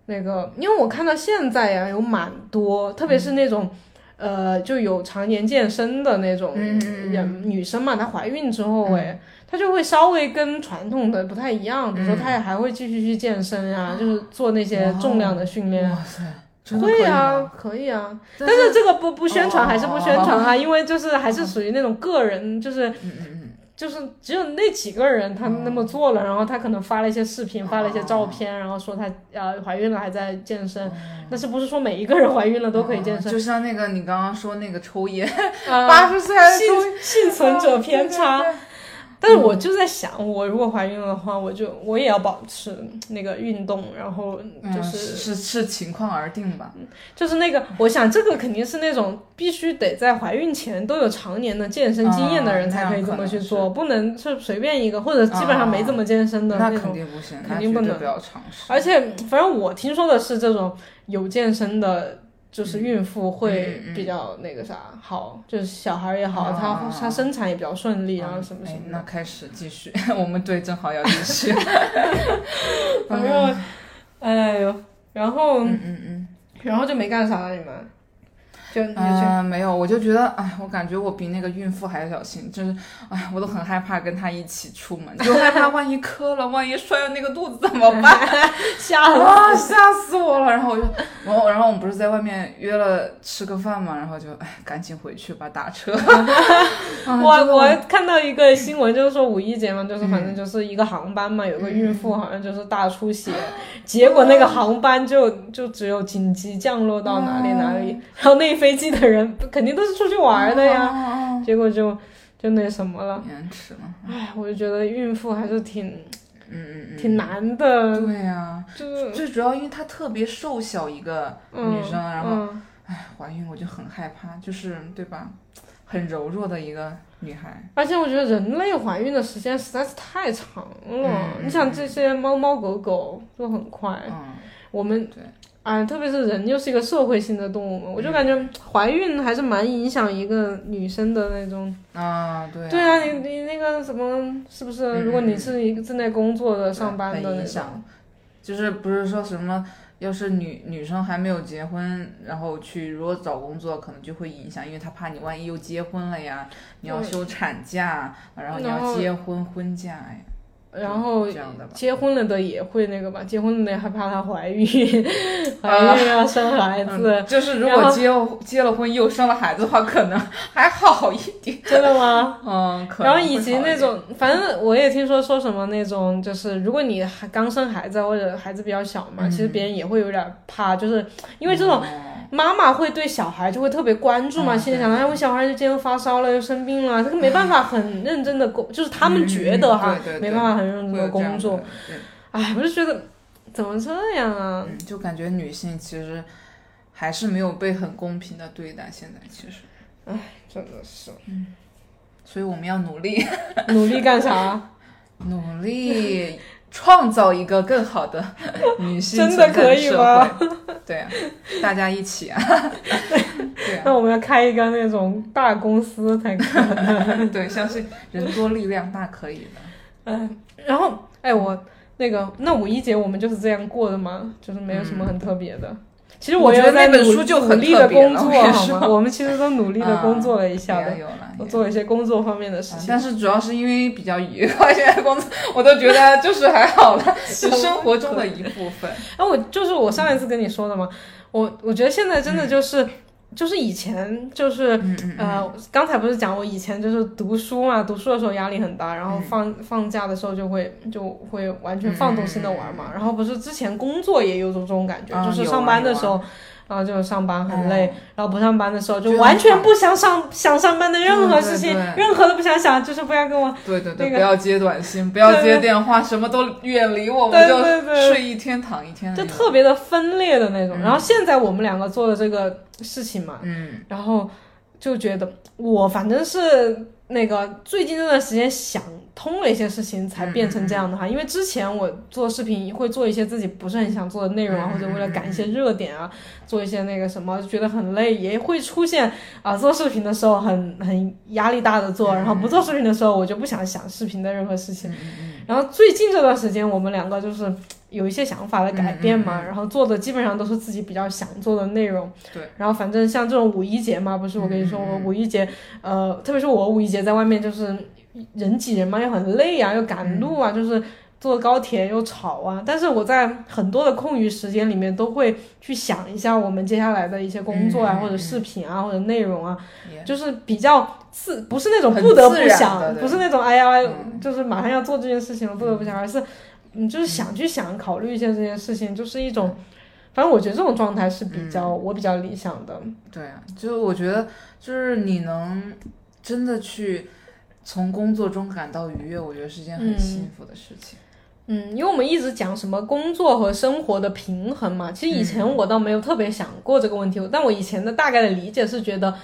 [SPEAKER 2] 那个，因为我看到现在呀、有蛮多，特别是那种。呃，就有常年健身的那种
[SPEAKER 3] 嗯嗯嗯嗯
[SPEAKER 2] 人，女生嘛，她怀孕之后，哎、她就会稍微跟传统的不太一样，比如说她也还会继续去健身啊，就是做那些重量的训练
[SPEAKER 3] 嗯哇塞，真的可
[SPEAKER 2] 会
[SPEAKER 3] 以吗，
[SPEAKER 2] 啊，可以啊，
[SPEAKER 3] 但
[SPEAKER 2] 但是这个不不宣传
[SPEAKER 3] 哦
[SPEAKER 2] 还是不宣传哈，因为就是还是属于那种个人，就是
[SPEAKER 3] 嗯嗯
[SPEAKER 2] 就是只有那几个人他那么做了，然后他可能发了一些视频，发了一些
[SPEAKER 3] 哦
[SPEAKER 2] 照片，然后说他呃怀孕了还在健身，但是不是说每一个人怀孕了
[SPEAKER 3] 嗯，
[SPEAKER 2] 都可以健身
[SPEAKER 3] 就像那个你刚刚说那个抽烟，
[SPEAKER 2] *laughs* 啊？
[SPEAKER 3] 八十岁还抽
[SPEAKER 2] 幸幸存者偏
[SPEAKER 3] 啊
[SPEAKER 2] 差
[SPEAKER 3] 对嗯对。
[SPEAKER 2] 但是我就在想，我如果怀孕了的话，我就我也要保持那个运动，然后
[SPEAKER 3] 嗯
[SPEAKER 2] 就是
[SPEAKER 3] 是是情况而定吧。
[SPEAKER 2] 就是那个，我想这个肯定是那种必须得在怀孕前都有常年的健身经验
[SPEAKER 3] 哦
[SPEAKER 2] 的人才可以这么去做，不能是随便一个或者基本上没怎么健身的
[SPEAKER 3] 哦那
[SPEAKER 2] 种。
[SPEAKER 3] 肯定不行，
[SPEAKER 2] 肯
[SPEAKER 3] 那
[SPEAKER 2] 定不
[SPEAKER 3] 绝对
[SPEAKER 2] 能
[SPEAKER 3] 不要尝试。
[SPEAKER 2] 而且，反正我听说的是，这种有健身的，
[SPEAKER 3] 嗯
[SPEAKER 2] 就是孕妇会比较那个啥好，就是小孩也好，她
[SPEAKER 3] 啊
[SPEAKER 2] 她生产也比较顺利啊，
[SPEAKER 3] 嗯
[SPEAKER 2] 什么什
[SPEAKER 3] 哎
[SPEAKER 2] 么
[SPEAKER 3] 那
[SPEAKER 2] 的。
[SPEAKER 3] 开始继续， *laughs* 我们对正好要
[SPEAKER 2] *laughs*
[SPEAKER 3] 继续。
[SPEAKER 2] 反正，哎呦，然后
[SPEAKER 3] 嗯嗯嗯，
[SPEAKER 2] 然后就没干啥了，你们就你就
[SPEAKER 3] 呃，没有，我就觉得，哎，我感觉我比那个孕妇还要小心，就是，哎，我都很害怕跟她一起出门，就害怕万一磕了，万一摔到那个肚子怎么办？
[SPEAKER 2] *laughs* 吓了。
[SPEAKER 3] 啊，吓死我了！然后我就，然后然后我们不是在外面约了吃个饭嘛，然后就，哎，赶紧回去吧，打车。 *laughs* 啊
[SPEAKER 2] 我
[SPEAKER 3] 真的嗯
[SPEAKER 2] 我看到一个新闻，就是说五一节嘛，就是反正就是一个航班嘛，有个孕妇好像就是大出血，结果
[SPEAKER 3] 嗯
[SPEAKER 2] 那个航班就就只有紧急降落到哪里哪
[SPEAKER 3] 嗯
[SPEAKER 2] 里，然后那飞机的人肯定都是出去玩的
[SPEAKER 3] 哦
[SPEAKER 2] 呀，
[SPEAKER 3] 呀，
[SPEAKER 2] 结果就就那什么了。
[SPEAKER 3] 哦延迟了，
[SPEAKER 2] 唉，我就觉得孕妇还是挺
[SPEAKER 3] 嗯嗯嗯，
[SPEAKER 2] 挺难的，
[SPEAKER 3] 对呀、
[SPEAKER 2] 就是
[SPEAKER 3] 最主要因为她特别瘦小一个女生，然后
[SPEAKER 2] 嗯，
[SPEAKER 3] 哎，怀孕我就很害怕，就是对吧？很柔弱的一个女孩，
[SPEAKER 2] 而且我觉得人类怀孕的时间实在是太长了，
[SPEAKER 3] 嗯
[SPEAKER 2] 你想这些猫猫狗狗就很快，
[SPEAKER 3] 嗯，
[SPEAKER 2] 我们
[SPEAKER 3] 对嗯
[SPEAKER 2] 哎，特别是人又是一个社会性的动物嘛，我就感觉怀孕还是蛮影响一个女生的那种。
[SPEAKER 3] 啊，对啊，
[SPEAKER 2] 对啊，你你那个什么，是不是？
[SPEAKER 3] 嗯
[SPEAKER 2] 如果你是一个正在工作的、上班的
[SPEAKER 3] 很
[SPEAKER 2] 那
[SPEAKER 3] 影
[SPEAKER 2] 种，
[SPEAKER 3] 响，就是不是说什么。要是女女生还没有结婚，然后去如果找工作，可能就会影响，因为她怕你万一又结婚了呀，你要
[SPEAKER 2] 对
[SPEAKER 3] 休产假，然后你
[SPEAKER 2] 然后
[SPEAKER 3] 要结婚婚假呀，
[SPEAKER 2] 然后
[SPEAKER 3] 这样的吧
[SPEAKER 2] 结婚了的也会那个吧，结婚了的还怕她怀
[SPEAKER 3] *laughs*
[SPEAKER 2] 孕，怀孕要生孩子，
[SPEAKER 3] 啊嗯就是如
[SPEAKER 2] 然
[SPEAKER 3] 果
[SPEAKER 2] 后
[SPEAKER 3] 结结了婚又生了孩子的话，可 *laughs* 能还好一点。
[SPEAKER 2] 真的吗？
[SPEAKER 3] 嗯， *laughs* 可
[SPEAKER 2] 然
[SPEAKER 3] 能
[SPEAKER 2] 后
[SPEAKER 3] 会
[SPEAKER 2] 以及
[SPEAKER 3] 好一
[SPEAKER 2] 那
[SPEAKER 3] 点
[SPEAKER 2] 种，反正我也听说说什么那种，就是如果你还刚生孩子啊或者孩子比较小
[SPEAKER 3] 嗯
[SPEAKER 2] 嘛，其实别人也会有点怕，就是因为这种妈妈会对小孩就会特别关注嘛，
[SPEAKER 3] 嗯
[SPEAKER 2] 心里想到，哎，我小孩就今天发烧了，又生病了，这个没办法很认真的工，就是他们觉得哈
[SPEAKER 3] 嗯嗯嗯对对，对
[SPEAKER 2] 没办法很认真的
[SPEAKER 3] 会有这样
[SPEAKER 2] 工作
[SPEAKER 3] 的，，对
[SPEAKER 2] 哎，我就觉得怎么这样啊？
[SPEAKER 3] 嗯，就感觉女性其实还是没有被很公平的对待，现在其实，嗯
[SPEAKER 2] 真的是
[SPEAKER 3] 所以我们要努力，
[SPEAKER 2] 努力干啥？
[SPEAKER 3] *laughs* 努力 *laughs* 创造一个更好 *laughs* 的女性
[SPEAKER 2] 真的
[SPEAKER 3] 存在
[SPEAKER 2] 可以
[SPEAKER 3] 社
[SPEAKER 2] 吗
[SPEAKER 3] 会？ *laughs* 对啊，大家一起 *laughs* 啊，对啊，
[SPEAKER 2] 那我们要开一个那种大公司才可能。
[SPEAKER 3] 对，相信人多力量大，可以的。
[SPEAKER 2] 嗯，然后哎，我那个那五一节我们就是这样过的嘛，就是没有什么很特别的。其实
[SPEAKER 3] 我嗯觉
[SPEAKER 2] 也
[SPEAKER 3] 得
[SPEAKER 2] 有在
[SPEAKER 3] 那本
[SPEAKER 2] 努
[SPEAKER 3] 书就
[SPEAKER 2] 努
[SPEAKER 3] 很
[SPEAKER 2] 力
[SPEAKER 3] 特
[SPEAKER 2] 的
[SPEAKER 3] 别
[SPEAKER 2] 工
[SPEAKER 3] 了
[SPEAKER 2] 作
[SPEAKER 3] 我跟你
[SPEAKER 2] 好吗？
[SPEAKER 3] 说
[SPEAKER 2] 我们其实都努力的工作了一
[SPEAKER 3] 啊也
[SPEAKER 2] 下的，
[SPEAKER 3] 有了，
[SPEAKER 2] 我
[SPEAKER 3] 也
[SPEAKER 2] 做了一些工作方面的事
[SPEAKER 3] 啊
[SPEAKER 2] 情。
[SPEAKER 3] 但是主要是因为比较愉快，现在工作 *laughs* 我都觉得就是还好了，是 *laughs* 生活中的一部分。
[SPEAKER 2] 哎、我就是我上一次跟你说的嘛，我我觉得现在真的
[SPEAKER 3] 嗯
[SPEAKER 2] 就是。就是以前就是、呃，
[SPEAKER 3] 嗯
[SPEAKER 2] 刚才不是讲我以前就是读书嘛，读书的时候压力很大，
[SPEAKER 3] 嗯
[SPEAKER 2] 然后放、放假的时候就会就会完全放纵性的玩嘛。然后不是之前工作也有种这种感觉，
[SPEAKER 3] 嗯啊
[SPEAKER 2] 就是
[SPEAKER 3] 有啊
[SPEAKER 2] 上班的
[SPEAKER 3] 有啊
[SPEAKER 2] 时候，然后就上
[SPEAKER 3] 嗯
[SPEAKER 2] 班很累，然后不上班的时候就
[SPEAKER 3] 就
[SPEAKER 2] 完全不想上想上班的任何
[SPEAKER 3] 对对
[SPEAKER 2] 事情，
[SPEAKER 3] 对哦
[SPEAKER 2] 任何都不想想，就是不要跟我
[SPEAKER 3] 对对对，
[SPEAKER 2] 那个
[SPEAKER 3] 不要接短信，不要接电话，什么都远离我，我
[SPEAKER 2] 对
[SPEAKER 3] 们就
[SPEAKER 2] 对对
[SPEAKER 3] 睡一嗯天躺一天的
[SPEAKER 2] 就
[SPEAKER 3] 那种。
[SPEAKER 2] 特别的分裂的那种。然后现在我们两个做的这个事情嘛，
[SPEAKER 3] 嗯，
[SPEAKER 2] 然后就觉得我反正是那个最近这段时间想通了一些事情，才变成这样的哈。因为之前我做视频会做一些自己不是很想做的内容啊，或者为了赶一些热点啊，做一些那个什么，觉得很累，也会出现啊做视频的时候很很压力大的做，然后不做视频的时候我就不想想视频的任何事
[SPEAKER 3] 嗯
[SPEAKER 2] 情。然后最近这段时间，我们两个就是。有一些想法的改变
[SPEAKER 3] 嗯
[SPEAKER 2] 嘛，然后做的基本上都是自己比较想做的内容，然后反正像这种五一节嘛，不是我跟你
[SPEAKER 3] 嗯
[SPEAKER 2] 说，我五一节，呃，特别是我五一节在外面就是人挤人嘛，又很累啊，又赶路
[SPEAKER 3] 嗯
[SPEAKER 2] 啊，就是坐高铁又吵啊。但是我在很多的空余时间里面都会去想一下我们接下来的一些工作啊，
[SPEAKER 3] 嗯嗯
[SPEAKER 2] 或者视频啊，或者内容啊，
[SPEAKER 3] 也
[SPEAKER 2] 就是比较自，不是那种
[SPEAKER 3] 很
[SPEAKER 2] 不得
[SPEAKER 3] 自
[SPEAKER 2] 不
[SPEAKER 3] 然
[SPEAKER 2] 想
[SPEAKER 3] 的，对
[SPEAKER 2] 不是那种哎呀，
[SPEAKER 3] 嗯
[SPEAKER 2] 就是马上要做这件事情了，不得不想，而是嗯，就是想去想，考虑一下这件事情，就是一
[SPEAKER 3] 嗯
[SPEAKER 2] 种。反正我觉得这种状态是比较、我比较理想的，
[SPEAKER 3] 对啊，就是我觉得，就是你能真的去从工作中感到愉悦，我觉得是件很
[SPEAKER 2] 嗯
[SPEAKER 3] 幸福的事情。
[SPEAKER 2] 嗯，因为我们一直讲什么工作和生活的平衡嘛，其实以
[SPEAKER 3] 嗯
[SPEAKER 2] 前我倒没有特别想过这个问题，但我以前的大概的理解是觉得。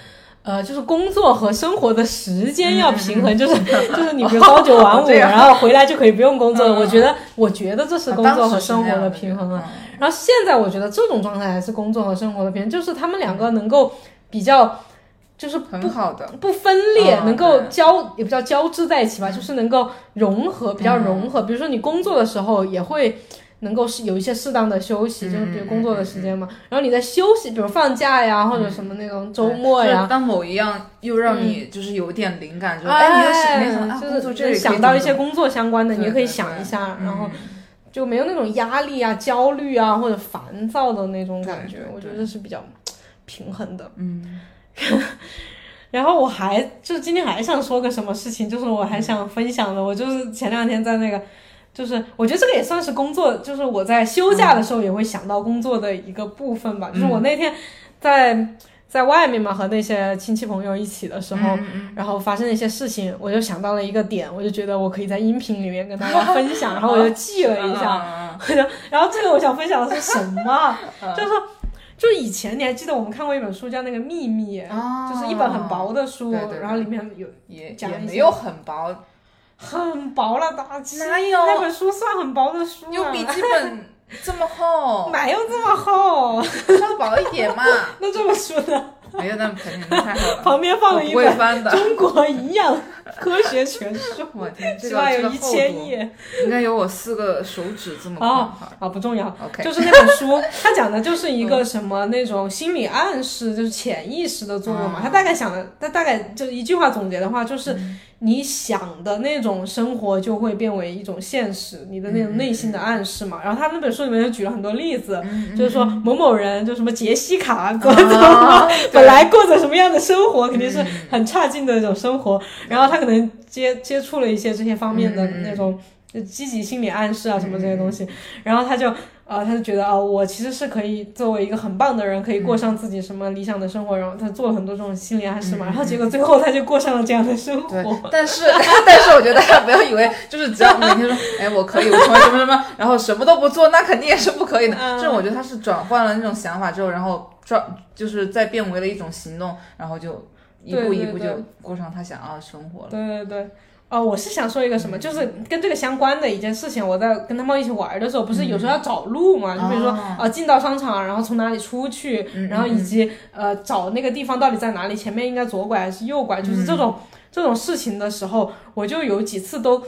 [SPEAKER 2] 呃，就是工作和生活的时间要平衡，就是 *laughs* 就是你比如朝九晚五，
[SPEAKER 3] 嗯哦这样嗯
[SPEAKER 2] 然后回来就可以不用工作。我觉得，我觉得这是
[SPEAKER 3] 啊
[SPEAKER 2] 工
[SPEAKER 3] 当
[SPEAKER 2] 作
[SPEAKER 3] 时
[SPEAKER 2] 和
[SPEAKER 3] 是
[SPEAKER 2] 生
[SPEAKER 3] 那
[SPEAKER 2] 活
[SPEAKER 3] 样
[SPEAKER 2] 的
[SPEAKER 3] 的
[SPEAKER 2] 平衡啊。
[SPEAKER 3] 啊。
[SPEAKER 2] 然后现在我觉得这种状态还是工作和生活的平衡，就是他们两个能够比较，就是不
[SPEAKER 3] 嗯很好的，
[SPEAKER 2] 不分裂，
[SPEAKER 3] 哦
[SPEAKER 2] 能够
[SPEAKER 3] 对嗯
[SPEAKER 2] 交也不叫交织在一起吧，就是能够融合，比较融合。比如说你工作的时候也会。能够是有一些适当的休
[SPEAKER 3] 嗯
[SPEAKER 2] 息，就是比如工作的时间嘛。然后你在休息，比如放假呀，
[SPEAKER 3] 嗯
[SPEAKER 2] 或者什么那种周末
[SPEAKER 3] 就是
[SPEAKER 2] 呀，
[SPEAKER 3] 当某一样又让你就是有点灵感，就是哎，你又想
[SPEAKER 2] 哎
[SPEAKER 3] 没想到啊，工作
[SPEAKER 2] 就
[SPEAKER 3] 这
[SPEAKER 2] 是
[SPEAKER 3] 里可以
[SPEAKER 2] 想
[SPEAKER 3] 怎
[SPEAKER 2] 到
[SPEAKER 3] 么
[SPEAKER 2] 一些
[SPEAKER 3] 怎么
[SPEAKER 2] 工作相关的，
[SPEAKER 3] 对
[SPEAKER 2] 你也可以
[SPEAKER 3] 对
[SPEAKER 2] 想一
[SPEAKER 3] 对
[SPEAKER 2] 下，然后
[SPEAKER 3] 嗯
[SPEAKER 2] 就没有那种压力啊、焦虑啊或者烦躁的那种感觉
[SPEAKER 3] 对，对
[SPEAKER 2] 我觉得
[SPEAKER 3] 对
[SPEAKER 2] 这是比较平衡的。
[SPEAKER 3] 嗯，
[SPEAKER 2] 然后我还就是今天还想说个什么事情，就是我还想分享的，我就是前两天在那个，就是我觉得这个也算是工作，就是我在休假的时候也会想到工作的一个部分吧。就是我那天在在外面嘛，和那些亲戚朋友一起的时
[SPEAKER 3] 嗯
[SPEAKER 2] 候，然后发生了一些事情，我就想到了一个点，我就觉得我可以在音频里面跟大家分享，然后我就记了一下，
[SPEAKER 3] 下，
[SPEAKER 2] 我就然后这个我想分享的是什么啊？就是说就是以前你还记得我们看过一本书叫那个《秘密》。
[SPEAKER 3] 啊
[SPEAKER 2] 就是一本很，薄的书，
[SPEAKER 3] 哦对对对
[SPEAKER 2] 然后里面有
[SPEAKER 3] 也
[SPEAKER 2] 讲
[SPEAKER 3] 也
[SPEAKER 2] 一
[SPEAKER 3] 没
[SPEAKER 2] 些
[SPEAKER 3] 有很薄，
[SPEAKER 2] 很薄了吧？其实
[SPEAKER 3] 哪有
[SPEAKER 2] 那本书算很薄的书
[SPEAKER 3] 有
[SPEAKER 2] 了，
[SPEAKER 3] 笔记本这
[SPEAKER 2] *laughs*
[SPEAKER 3] 么厚，
[SPEAKER 2] 哪有这么厚？ *laughs*
[SPEAKER 3] 稍薄一点嘛，哎
[SPEAKER 2] 那这本书呢？
[SPEAKER 3] 没有那肯定太厚了，
[SPEAKER 2] *laughs* 旁边放了一
[SPEAKER 3] 我不会
[SPEAKER 2] 本
[SPEAKER 3] 翻
[SPEAKER 2] 《
[SPEAKER 3] 的，
[SPEAKER 2] 中国营养科学全书，
[SPEAKER 3] 我天， *laughs* 这
[SPEAKER 2] 起
[SPEAKER 3] 个
[SPEAKER 2] 码
[SPEAKER 3] 这
[SPEAKER 2] 有
[SPEAKER 3] 个
[SPEAKER 2] 一
[SPEAKER 3] 厚
[SPEAKER 2] 千
[SPEAKER 3] 度
[SPEAKER 2] 页
[SPEAKER 3] 应该有我四个手指这么
[SPEAKER 2] 哦
[SPEAKER 3] 宽。
[SPEAKER 2] 啊，不重要。*laughs*
[SPEAKER 3] OK，
[SPEAKER 2] 就是那本书，它讲的就是一个什么那种心理暗示，就是潜意识的作用嘛。它大概想的，它大概就一句话总结的话，就是你想的那种生活就会变为一种现实，你的那种内心的暗示嘛。然后他那本书里面就举了很多例子，就是说某某人就什么杰西卡啊怎么怎么，本来过着什么样的生活，肯定是很差劲的那种生活，然后他可能接接触了一些这些方面的那种。就积极心理暗示啊，什么这些东西，然后他就啊，他就觉得啊，我其实是可以作为一个很棒的人，可以过上自己什么理想的生活。然后他做了很多这种心理暗示嘛，然后结果最后他就过上了这样的生
[SPEAKER 3] 对
[SPEAKER 2] 活。，
[SPEAKER 3] 但是但是我觉得大家不要以为就是只要每天说，哎，我可以，我成为什么什么，然后什么都不做，那肯定也是不可以的。
[SPEAKER 2] 嗯
[SPEAKER 3] 这种我觉得他是转换了那种想法之后，然后转就是再变为了一种行动，然后就一步
[SPEAKER 2] 对
[SPEAKER 3] 一步
[SPEAKER 2] 对
[SPEAKER 3] 就过上他想要的生活了。
[SPEAKER 2] 对对对。哦，我是想说一个什么，就是跟这个相关的一件事情。我在跟他们一起玩的时候，不是有时候要找路嘛？就比如说
[SPEAKER 3] 哦
[SPEAKER 2] 啊，进到商场，然后从哪里出去，然后以及呃找那个地方到底在哪里，前面应该左拐还是右拐，就是这种、这种事情的时候，我就有几次都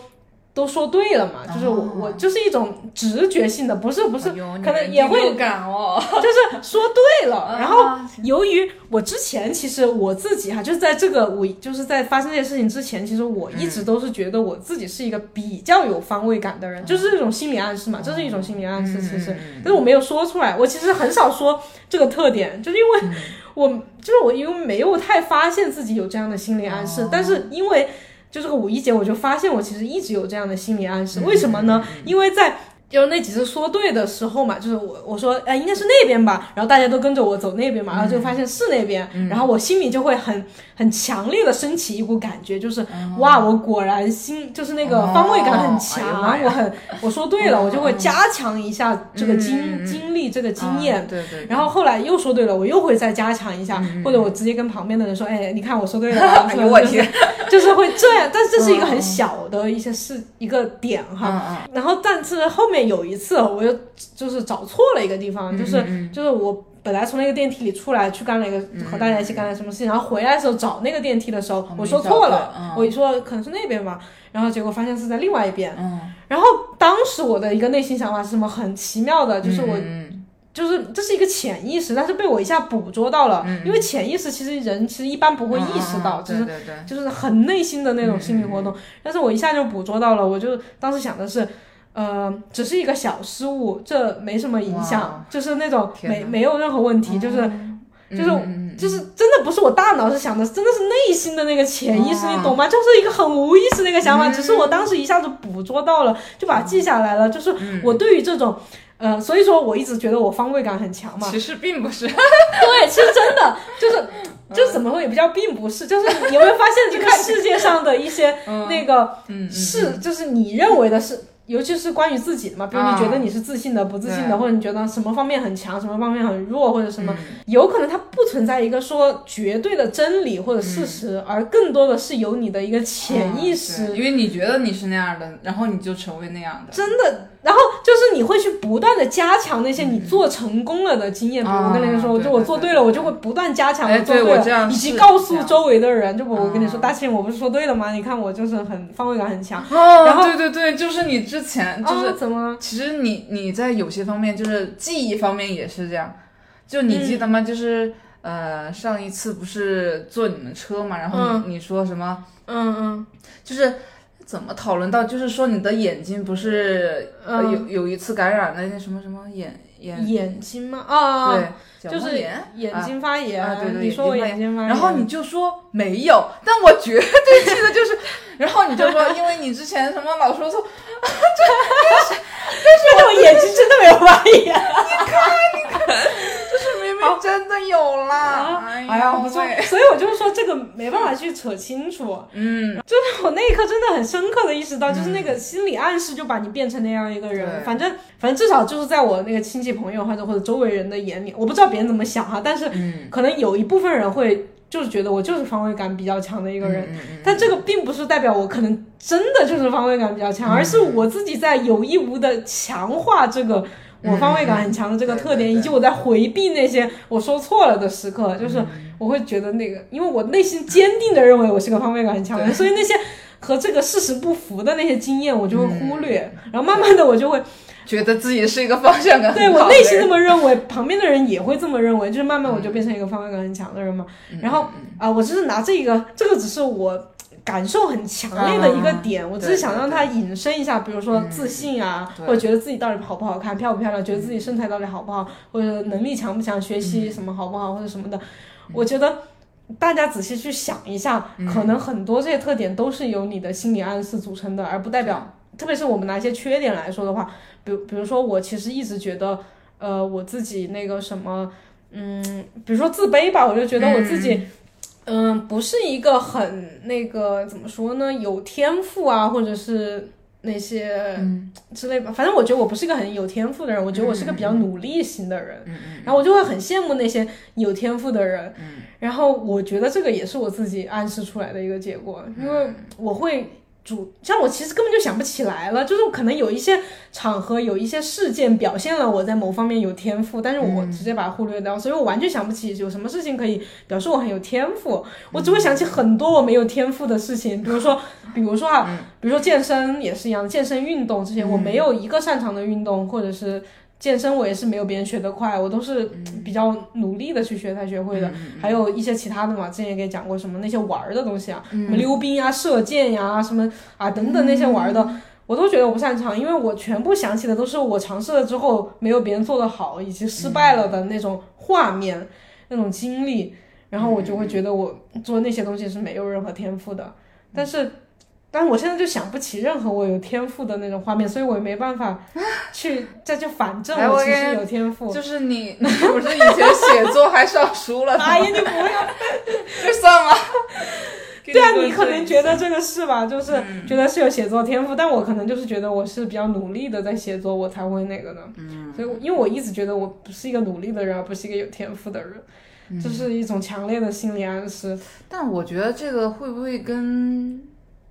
[SPEAKER 2] 都说对了嘛，就是我、我就是一种直觉性的，不是不
[SPEAKER 3] 不
[SPEAKER 2] 是，可能也会
[SPEAKER 3] 感哦。
[SPEAKER 2] 就是说对了。然后由于我之前其实我自己哈，就是在这个我就是在发生这件事情之前，其实我一直都是觉得我自己是一个比较有方位感的人，就是这种心理暗示嘛，这是一种心理暗示，其实，
[SPEAKER 3] 嗯
[SPEAKER 2] 但是我没有说出来，我其实很少说这个特点，就是因
[SPEAKER 3] 嗯
[SPEAKER 2] 为我就是我因为没有太发现自己有这样的心理暗
[SPEAKER 3] 哦
[SPEAKER 2] 示，但是因为。就这个五一节，我就发现我其实一直有这样的心理暗
[SPEAKER 3] 嗯
[SPEAKER 2] 示，为什么呢？因为在就是那几次说对的时候嘛，就是我我说，哎，应该是那边吧，然后大家都跟着我走那
[SPEAKER 3] 嗯
[SPEAKER 2] 边嘛，然后就发现是那边，然后我心里就会很很强烈的升起一股感觉，就是、哇，我果然心就是那个方位感很强，
[SPEAKER 3] 哦哎呀妈呀
[SPEAKER 2] 我很我说对了，我
[SPEAKER 3] 哦
[SPEAKER 2] 就会加强一下这个经、经历这个经验，
[SPEAKER 3] 嗯啊对对，
[SPEAKER 2] 然后后来又说对了，我又会再加强一下，或者我直接跟旁边的人说，哎，你看我说对了吧，
[SPEAKER 3] *laughs* 哎
[SPEAKER 2] 是
[SPEAKER 3] 呦
[SPEAKER 2] 吧
[SPEAKER 3] 我
[SPEAKER 2] 就是
[SPEAKER 3] 天，
[SPEAKER 2] 就是会这样，但这是一个很小的一些事、一个点哈。
[SPEAKER 3] 嗯
[SPEAKER 2] 然后，但是后面有一次，我又就是找错了一个地
[SPEAKER 3] 嗯
[SPEAKER 2] 方，就是就是我本来从那个电梯里出来去干了一个和大家一起干了什么事情，然后回来的时候找那个电梯的时
[SPEAKER 3] 哦
[SPEAKER 2] 候，我说错
[SPEAKER 3] 嗯
[SPEAKER 2] 了，我一说可能是那边吧，然后结果发现是在另外一边。
[SPEAKER 3] 嗯
[SPEAKER 2] 然后当时我的一个内心想法是什么？很奇妙的，就是
[SPEAKER 3] 嗯
[SPEAKER 2] 我就是这是一个潜意识，但是被我一下捕捉到了，因为潜意识其实人其实一般不会意识到，
[SPEAKER 3] 嗯嗯嗯嗯
[SPEAKER 2] 就是
[SPEAKER 3] 对对嗯对，
[SPEAKER 2] 就是很内心的那种心理活动，但是我一下就捕捉到了，我就当时想的是。呃，只是一个小失误，这没什么影响
[SPEAKER 3] 哇，
[SPEAKER 2] 就是那种
[SPEAKER 3] 天
[SPEAKER 2] 没
[SPEAKER 3] 哪哦
[SPEAKER 2] 没有任何问题，就是就是
[SPEAKER 3] 嗯嗯嗯
[SPEAKER 2] 就是真的不是我大脑是想的，真的是内心的那个潜意识，你懂吗？就是一个很无意识的一个想
[SPEAKER 3] 嗯
[SPEAKER 2] 法，只是我当时一下子捕捉到了，就把它记下来了。就是
[SPEAKER 3] 嗯
[SPEAKER 2] 我对于这种，呃，所以说我一直觉得我方位感很强嘛。
[SPEAKER 3] 其实并不是，
[SPEAKER 2] 对，其实真的就是。
[SPEAKER 3] 嗯
[SPEAKER 2] 就是怎么会也不叫，并不是，就是你有没有发现这个世界上的一些
[SPEAKER 3] 嗯
[SPEAKER 2] 那个是，就是你认为的是，尤其是关于自己的嘛，比如你觉得你是自信的、不自信的，
[SPEAKER 3] 对
[SPEAKER 2] 或者你觉得什么方面很强，什么方面很弱，或者什么，有可能它不存在一个说绝对的真理或者事实，而更多的是由你的一个潜意识
[SPEAKER 3] 嗯对因为你觉得你嗯是那样的，然后你就成为那样的。
[SPEAKER 2] 真的，然后就是你会去不断的加强那些你做成功了的经验，比如我跟那个说，
[SPEAKER 3] 啊
[SPEAKER 2] 我就
[SPEAKER 3] 对
[SPEAKER 2] 我
[SPEAKER 3] 对
[SPEAKER 2] 做
[SPEAKER 3] 对
[SPEAKER 2] 对了，
[SPEAKER 3] 对
[SPEAKER 2] 我就会不断加强
[SPEAKER 3] 哎
[SPEAKER 2] 我做
[SPEAKER 3] 对我这
[SPEAKER 2] 了，
[SPEAKER 3] 样
[SPEAKER 2] 以
[SPEAKER 3] 是
[SPEAKER 2] 及告诉
[SPEAKER 3] 这样
[SPEAKER 2] 周围的人，就我我跟你说，
[SPEAKER 3] 啊
[SPEAKER 2] 大庆我不是说对了吗？你看我就是很方位感很强，
[SPEAKER 3] 哦
[SPEAKER 2] 然后
[SPEAKER 3] 对对对，就是你之前就是、
[SPEAKER 2] 啊怎么？
[SPEAKER 3] 其实你你在有些方面，就是记忆方面也是这样。就你记得吗？就是呃，上一次不是坐你们车嘛，然后你、你说什么？
[SPEAKER 2] 嗯嗯
[SPEAKER 3] 就是怎么讨论到，就是说你的眼睛不是、呃、
[SPEAKER 2] 嗯
[SPEAKER 3] 有有一次感染了那什么什么眼眼哦
[SPEAKER 2] 眼睛吗？啊，
[SPEAKER 3] 对，角
[SPEAKER 2] 就
[SPEAKER 3] 膜
[SPEAKER 2] 是
[SPEAKER 3] 炎
[SPEAKER 2] 眼
[SPEAKER 3] 啊
[SPEAKER 2] 睛发炎。
[SPEAKER 3] 啊，对对，
[SPEAKER 2] 你说我眼睛发炎，
[SPEAKER 3] 然后
[SPEAKER 2] *laughs*
[SPEAKER 3] 你就说没有，但我绝对记得就是，然后你就说，因为你之前什么老说错，
[SPEAKER 2] 但是我眼睛真的没有发炎。
[SPEAKER 3] 就是明明真的有啦，
[SPEAKER 2] 哎呀，
[SPEAKER 3] 呀，
[SPEAKER 2] 我就
[SPEAKER 3] 喂
[SPEAKER 2] 所以我就说这个没办法去扯清楚。
[SPEAKER 3] 嗯，
[SPEAKER 2] 就是我那一刻真的很深刻的意识到，就是那个心理暗示就把你变成那样一个人。
[SPEAKER 3] 对
[SPEAKER 2] 反正反正至少就是在我那个亲戚朋友或者或者周围人的眼里，我不知道别人怎么想哈、但是可能有一部分人会就是觉得我就是方位感比较强的一个人。
[SPEAKER 3] 嗯嗯
[SPEAKER 2] 但这个并不是代表我可能真的就是方位感比较强，而是我自己在有意无的强化这个我方位感很强的这个特点，以及我在回避那些我说错了的时刻，就是我会觉得那个，因为我内心坚定的认为我是个方位感很强的人，所以那些和这个事实不符的那些经验我就会忽略，然后慢慢的我就会。
[SPEAKER 3] 觉得自己是一个方向感，
[SPEAKER 2] 对我内心
[SPEAKER 3] 嗯
[SPEAKER 2] 这么认为，旁边的人也会这么认为，就是慢慢我就变成一个方向感很强的人嘛。
[SPEAKER 3] 嗯
[SPEAKER 2] 然后啊、我只是拿这个，这个只是我感受很强烈的一个点，我只是想让它引申一下，比如说自信啊，
[SPEAKER 3] 对
[SPEAKER 2] 或者觉得自己到底好不好看、漂不漂亮，觉得自己身材到底好不好，或者能力强不强，学习什么好不好，或者什么的。我觉得大家仔细去想一下，可能很多这些特点都是由你的心理暗示组成的，而不代表，特别是我们拿一些缺点来说的话，比如比如说我其实一直觉得，呃，我自己那个什么，嗯，比如说自卑吧，我就觉得我自己。嗯，不是一个很那个怎么说呢，有天赋啊，或者是那些之类吧。反正我觉得我不是一个很有天赋的人，我觉得我是个比较努力型的人。然后我就会很羡慕那些有天赋的人。然后我觉得这个也是我自己暗示出来的一个结果，因为我会。主像我其实根本就想不起来了，就是可能有一些场合、有一些事件表现了我在某方面有天赋，但是我直接把它忽略掉，所以我完全想不起有什么事情可以表示我很有天赋。我只会想起很多我没有天赋的事情，比如说，比如说啊，比如说健身也是一样，健身运动这些，我没有一个擅长的运动，或者是健身我也是没有别人学得快，我都是比较努力的去学才学会的。还有一些其他的嘛，之前也给讲过什么那些玩儿的东西啊，什
[SPEAKER 3] 嗯
[SPEAKER 2] 么溜冰呀、射箭呀、什么啊等等那些玩儿的。
[SPEAKER 3] 嗯
[SPEAKER 2] 我都觉得我不擅长，因为我全部想起的都是我尝试了之后没有别人做得好，以及失败了的
[SPEAKER 3] 嗯
[SPEAKER 2] 那种画面、那种经历，然后我就
[SPEAKER 3] 嗯
[SPEAKER 2] 会觉得我做那些东西是没有任何天赋的。但是，但是我现在就想不起任何我有天赋的那种画面，所以我也没办法去再去反证
[SPEAKER 3] 啊哎
[SPEAKER 2] 我
[SPEAKER 3] 我
[SPEAKER 2] 其实
[SPEAKER 3] 跟
[SPEAKER 2] 有天赋。
[SPEAKER 3] 就是你，你不是以前写作还上书了
[SPEAKER 2] *laughs* 哎
[SPEAKER 3] 吗？
[SPEAKER 2] 呀，你不要
[SPEAKER 3] 这算吗？
[SPEAKER 2] *laughs* 对啊，你可能觉得这个嗯是吧，就是觉得是有写作天赋，但我可能就是觉得我是比较努力的在写作，我才会那个的。嗯，所以我因为我一直觉得我不是一个努力的人，而不是一个有天赋的人，这、是一种强烈的心理暗示。
[SPEAKER 3] 但我觉得这个会不会跟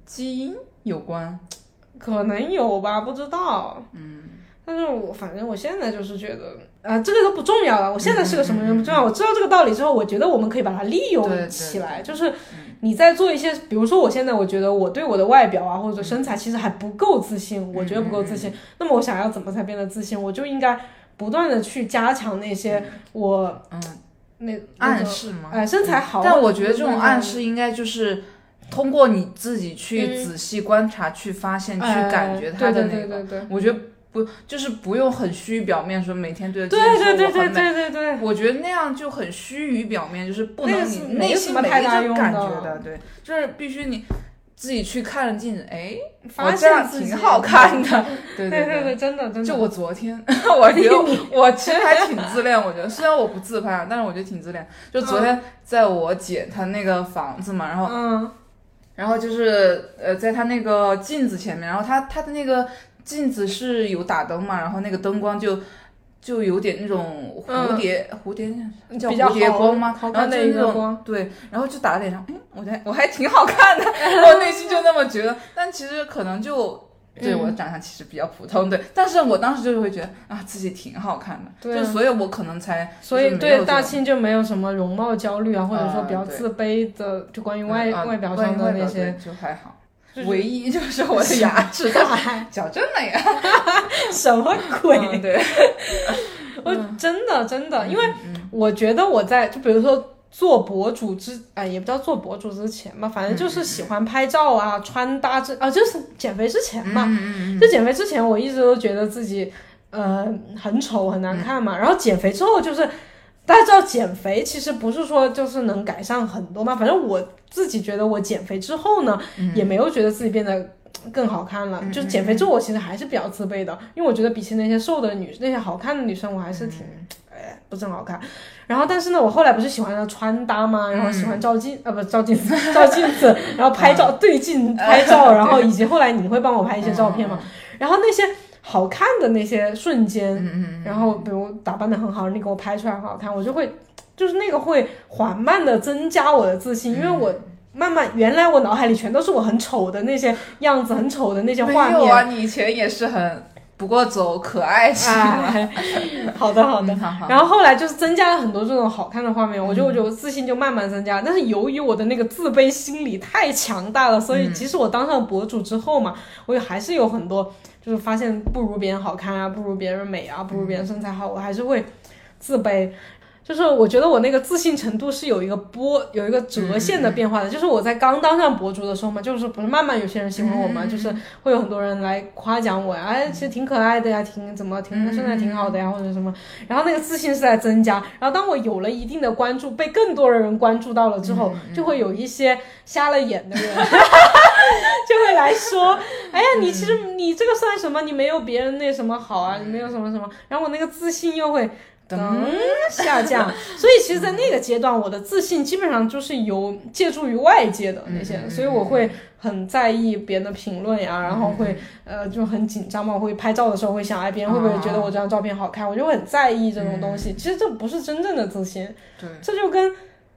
[SPEAKER 3] 基因有关？
[SPEAKER 2] 可能有吧，不知道。嗯，但是我反正我现在就是觉得，啊，这个都不重要了。我现在是个什么
[SPEAKER 3] 嗯
[SPEAKER 2] 人不重要，我知道这个道理之后，我觉得我们可以把它利
[SPEAKER 3] 对对
[SPEAKER 2] 用起来。就是你在做一些，比如说我现在我觉得我对我的外表啊或者身材其实还不够自信，我觉得不够
[SPEAKER 3] 嗯
[SPEAKER 2] 自信。那么我想要怎么才变得自信？我就应该不断的去加强那些我
[SPEAKER 3] 嗯
[SPEAKER 2] 那
[SPEAKER 3] 暗，示吗？
[SPEAKER 2] 哎，身材好。
[SPEAKER 3] 但我觉得这种暗示应该就是通过你自己去
[SPEAKER 2] 嗯
[SPEAKER 3] 仔细观察、去发现、去
[SPEAKER 2] 哎
[SPEAKER 3] 感觉它
[SPEAKER 2] 对对
[SPEAKER 3] 的那
[SPEAKER 2] 对
[SPEAKER 3] 个。
[SPEAKER 2] 对对
[SPEAKER 3] 我觉得不就是不用很虚，表面说每天对着
[SPEAKER 2] 对
[SPEAKER 3] 镜
[SPEAKER 2] 对
[SPEAKER 3] 子说
[SPEAKER 2] 对
[SPEAKER 3] 我很
[SPEAKER 2] 对
[SPEAKER 3] 美。
[SPEAKER 2] 对对对。
[SPEAKER 3] 我觉得那样就很虚于表面，就是不
[SPEAKER 2] 那
[SPEAKER 3] 能
[SPEAKER 2] 个
[SPEAKER 3] 你
[SPEAKER 2] 是没
[SPEAKER 3] 内
[SPEAKER 2] 有
[SPEAKER 3] 心
[SPEAKER 2] 什么
[SPEAKER 3] 没
[SPEAKER 2] 太
[SPEAKER 3] 这
[SPEAKER 2] 大
[SPEAKER 3] 种
[SPEAKER 2] 用
[SPEAKER 3] 感
[SPEAKER 2] 的
[SPEAKER 3] 觉的，对，就是必须你自己去看着镜子，哎，我
[SPEAKER 2] 发
[SPEAKER 3] 这
[SPEAKER 2] 现
[SPEAKER 3] 样
[SPEAKER 2] 自己嗯
[SPEAKER 3] 挺好看的， *laughs*
[SPEAKER 2] *laughs*
[SPEAKER 3] 对
[SPEAKER 2] 对
[SPEAKER 3] 对。
[SPEAKER 2] 对，真的真的。哎
[SPEAKER 3] 就我昨天， *laughs* 我觉得我其实还挺自恋。我觉得虽然我不自拍啊，但是我觉得挺自恋。就昨天在我姐她那个房子嘛，然后
[SPEAKER 2] 嗯，
[SPEAKER 3] 然后就是呃，在她那个镜子前面，然后她她的那个镜子是有打灯嘛，然后那个灯光就就有点那种
[SPEAKER 2] 嗯
[SPEAKER 3] 蝴蝶、蝴蝶叫
[SPEAKER 2] 比较
[SPEAKER 3] 蝴蝶
[SPEAKER 2] 好
[SPEAKER 3] 光吗？
[SPEAKER 2] 好
[SPEAKER 3] 然
[SPEAKER 2] 看
[SPEAKER 3] 后就
[SPEAKER 2] 的一
[SPEAKER 3] 是那
[SPEAKER 2] 个
[SPEAKER 3] 种
[SPEAKER 2] 光，
[SPEAKER 3] 对，然后就打在脸上，哎，我觉得我还挺好看的， *laughs* 我内心就那么觉得。但其实可能就对
[SPEAKER 2] 嗯
[SPEAKER 3] 我的长相其实比较普通，对，但是我当时就会觉得啊，自己挺好看的，
[SPEAKER 2] 对啊
[SPEAKER 3] 就所以我可能才
[SPEAKER 2] 所
[SPEAKER 3] 就
[SPEAKER 2] 以
[SPEAKER 3] 是没有
[SPEAKER 2] 对
[SPEAKER 3] 这
[SPEAKER 2] 大
[SPEAKER 3] 种呃
[SPEAKER 2] 庆就没有什么容貌焦虑啊，或者说比较
[SPEAKER 3] 对
[SPEAKER 2] 自卑的，就关于外、
[SPEAKER 3] 嗯啊
[SPEAKER 2] 外表
[SPEAKER 3] 关
[SPEAKER 2] 上
[SPEAKER 3] 于
[SPEAKER 2] 的
[SPEAKER 3] 外
[SPEAKER 2] 那
[SPEAKER 3] 表
[SPEAKER 2] 些
[SPEAKER 3] 对就还好。
[SPEAKER 2] 就是
[SPEAKER 3] 唯一就是我的 *laughs* 牙齿矫正
[SPEAKER 2] *laughs*
[SPEAKER 3] 了呀，
[SPEAKER 2] 啊什么鬼？
[SPEAKER 3] 嗯对，
[SPEAKER 2] *laughs*
[SPEAKER 3] 嗯
[SPEAKER 2] 我真的真的，因为我觉得我在就比如说做博主之哎、也不叫做博主之前吧，反正
[SPEAKER 3] 嗯
[SPEAKER 2] 就是喜欢拍照啊、穿搭之啊，就是减肥之前
[SPEAKER 3] 嗯
[SPEAKER 2] 嘛。就减肥之前，我一直都觉得自己呃很丑很难看嘛。然后减肥之后，就是大家知道减肥其实不是说就是能改善很多嘛，反正我自己觉得我减肥之后呢，也没有觉得自己变得。更好看了，就是减肥之后，我其实还是比较自卑的，因为我觉得比起那些瘦的女、那些好看的女生，我还是挺，哎，不是很好看。然后，但是呢，我后来不是喜欢了穿搭嘛，然后喜欢照镜，啊，不照镜子，照镜子，然后拍照，对镜拍照，然后以及后来你会帮我拍一些照片嘛，然后那些好看的那些瞬
[SPEAKER 3] 嗯
[SPEAKER 2] 间，然后比如打扮的很好，你给我拍出来很好看，我就会，就是那个会缓慢的增加我的自信，
[SPEAKER 3] 嗯
[SPEAKER 2] 因为我。慢慢，原来我脑海里全都是我很丑的那些样子，很丑的那些
[SPEAKER 3] 没啊
[SPEAKER 2] 画面。
[SPEAKER 3] 有啊，你以前也是很不过走可爱去了。
[SPEAKER 2] 哎好的啊好的
[SPEAKER 3] 嗯好好。嗯
[SPEAKER 2] 然后后来就是增加了很多这种好看的画面，我觉得我觉得我自信就慢慢增加。但是由于我的那个自卑心理太强大了，所以即使我当上博主之后嘛，我也还是有很多就是发现不如别人好看啊，不如别人美啊，不如别人身材好，我还是会自卑。就是我觉得我那个自信程度是有一个波有一个折线的变化的，就是我在刚当上博主的时候嘛，就是不是慢慢有些人喜欢我嘛，就是会有很多人来夸奖我呀，哎，其实挺可爱的呀，挺怎么挺身材挺好的呀，或者什么，然后那个自信是在增加。然后当我有了一定的关注，被更多的人关注到了之后，就会有一些瞎了眼的人，就会来说，哎呀，你其实你这个算什么？你没有别人那什么好啊，你没有什么什么。然后我那个自信又会。噔下降，所以其实，在那个阶段，我的自信基本上就是由借助于外界的那些，所以我会很在意别人的评论呀，然后会呃就很紧张嘛，我会拍照的时候会想，哎，别人会不会觉得我这张照片好看？我就会很在意这种东西。其实这不是真正的自信，
[SPEAKER 3] 对，
[SPEAKER 2] 这就跟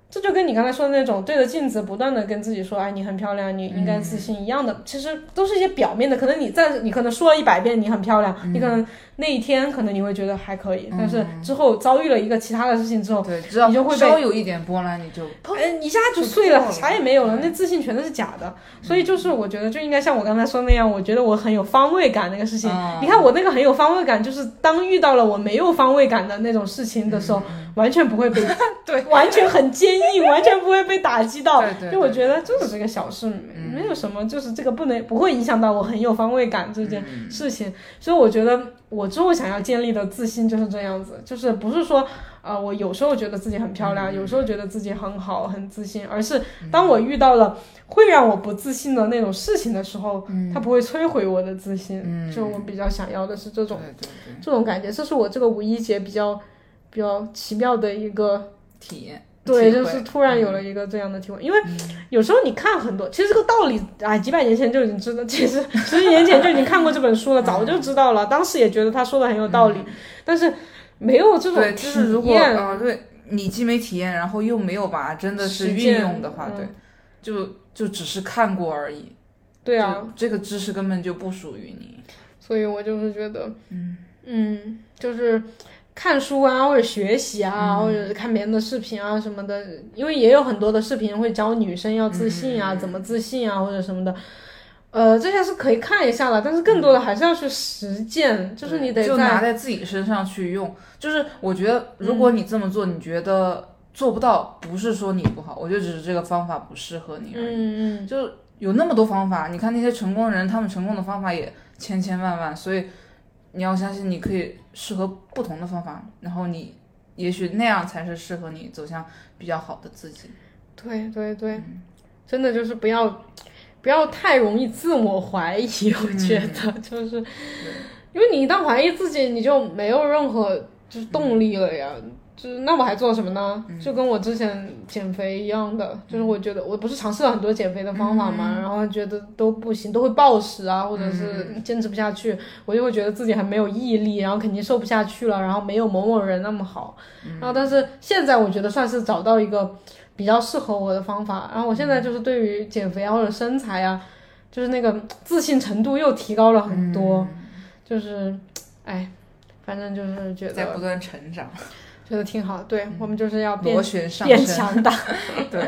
[SPEAKER 2] 这就跟你刚才说的那种对着镜子不断的跟自己说，哎，你很漂亮，你应该自信一样的，其实都是一些表面的。可能你在你可能说了一百遍你很漂亮，你可能那一天可能你会觉得还可以，但是之后遭遇了一个其他的事情之后，
[SPEAKER 3] 对，只要
[SPEAKER 2] 你就会被
[SPEAKER 3] 稍有一点波澜，你就
[SPEAKER 2] 砰，一下就碎了，啥也没有了，那自信全都是假的。所以就是我觉得就应该像我刚才说那样，我觉得我很有方位感那个事情。
[SPEAKER 3] 嗯
[SPEAKER 2] 你看我那个很有方位感，就是当遇到了我没有方位感的那种事情的时候，完全不会 *laughs* 被
[SPEAKER 3] 对，
[SPEAKER 2] 完全很坚 *laughs* 硬，完全不会被打击到。
[SPEAKER 3] 对对
[SPEAKER 2] 就我觉得这只是个小事，嗯没没有什么，就是这个不能不会影响到我很有方位感这件事情。所以我觉得我之后想要建立的自信就是这样子，就是不是说啊，我有时候觉得自己很漂亮，有嗯时候觉得自己很好、很自信，而是当我遇到了会让我不自信的那种事情的时候，它不会摧毁我的自信。
[SPEAKER 3] 嗯
[SPEAKER 2] 就我比较想要的是这
[SPEAKER 3] 对
[SPEAKER 2] 种
[SPEAKER 3] 对对，
[SPEAKER 2] 这种感觉，这是我这个五一节比较比较奇妙的一个
[SPEAKER 3] 体验。
[SPEAKER 2] 对，
[SPEAKER 3] 体
[SPEAKER 2] 就
[SPEAKER 3] 会
[SPEAKER 2] 是突然有了一个这样的体会，因为有时候你看很多，其实这个道理啊，几百年前就已经知道， *laughs* 其实十几年前就已经看过这本书了，早就知道了，当时也觉得他说的很有道理，但是没有这种
[SPEAKER 3] 对，就
[SPEAKER 2] 体
[SPEAKER 3] 是如果
[SPEAKER 2] 验，
[SPEAKER 3] 啊、对你既没体验，然后又没有把它真的是
[SPEAKER 2] 实
[SPEAKER 3] 运
[SPEAKER 2] 践
[SPEAKER 3] 用的话，
[SPEAKER 2] 嗯
[SPEAKER 3] 对，就就只是看过而已。
[SPEAKER 2] 对啊，
[SPEAKER 3] 就这个知识根本就不属于你。
[SPEAKER 2] 所以我就是觉得，嗯就是看书啊，或者学习啊，或
[SPEAKER 3] 嗯
[SPEAKER 2] 者看别人的视频啊什么的，因为也有很多的视频会教女生要自信
[SPEAKER 3] 嗯
[SPEAKER 2] 啊，怎么自信啊，或者什么的。呃，这些是可以看一下了，但是更多的还是要去实践，就是你得
[SPEAKER 3] 嗯就
[SPEAKER 2] 在
[SPEAKER 3] 拿在嗯自己身上去用。就是我觉得，如果你这么做，你觉得做不到，不是说你不好，我觉得只是这个方法不适合你而已。
[SPEAKER 2] 嗯嗯
[SPEAKER 3] 就有那么多方法，你看那些成功的人，他们成功的方法也千千万万，所以你要相信你可以适合不同的方法，然后你也许那样才是适合你走向比较好的自己。
[SPEAKER 2] 对对对，
[SPEAKER 3] 嗯
[SPEAKER 2] 真的就是不要不要太容易自我怀疑，我
[SPEAKER 3] 嗯
[SPEAKER 2] 觉得、就是，因为你一旦怀疑自己，你就没有任何就是动力了呀。就是那我还做什么呢？就跟我之前减肥一样的，就是我觉得我不是尝试了很多减肥的方法嘛，然后觉得都不行，都会暴食啊，或者是坚持不下去，我就会觉得自己很没有毅力，然后肯定瘦不下去了，然后没有某某人那么好。然后但是现在我觉得算是找到一个比较适合我的方法。然后我现在就是对于减肥啊或者身材啊，就是那个自信程度又提高了很多，就是，哎，反正就是觉
[SPEAKER 3] 在不
[SPEAKER 2] 得
[SPEAKER 3] 断成长，
[SPEAKER 2] 觉得挺好。对我们就是要变
[SPEAKER 3] 螺旋上
[SPEAKER 2] 变 *laughs*
[SPEAKER 3] 升，
[SPEAKER 2] 强大。
[SPEAKER 3] 对，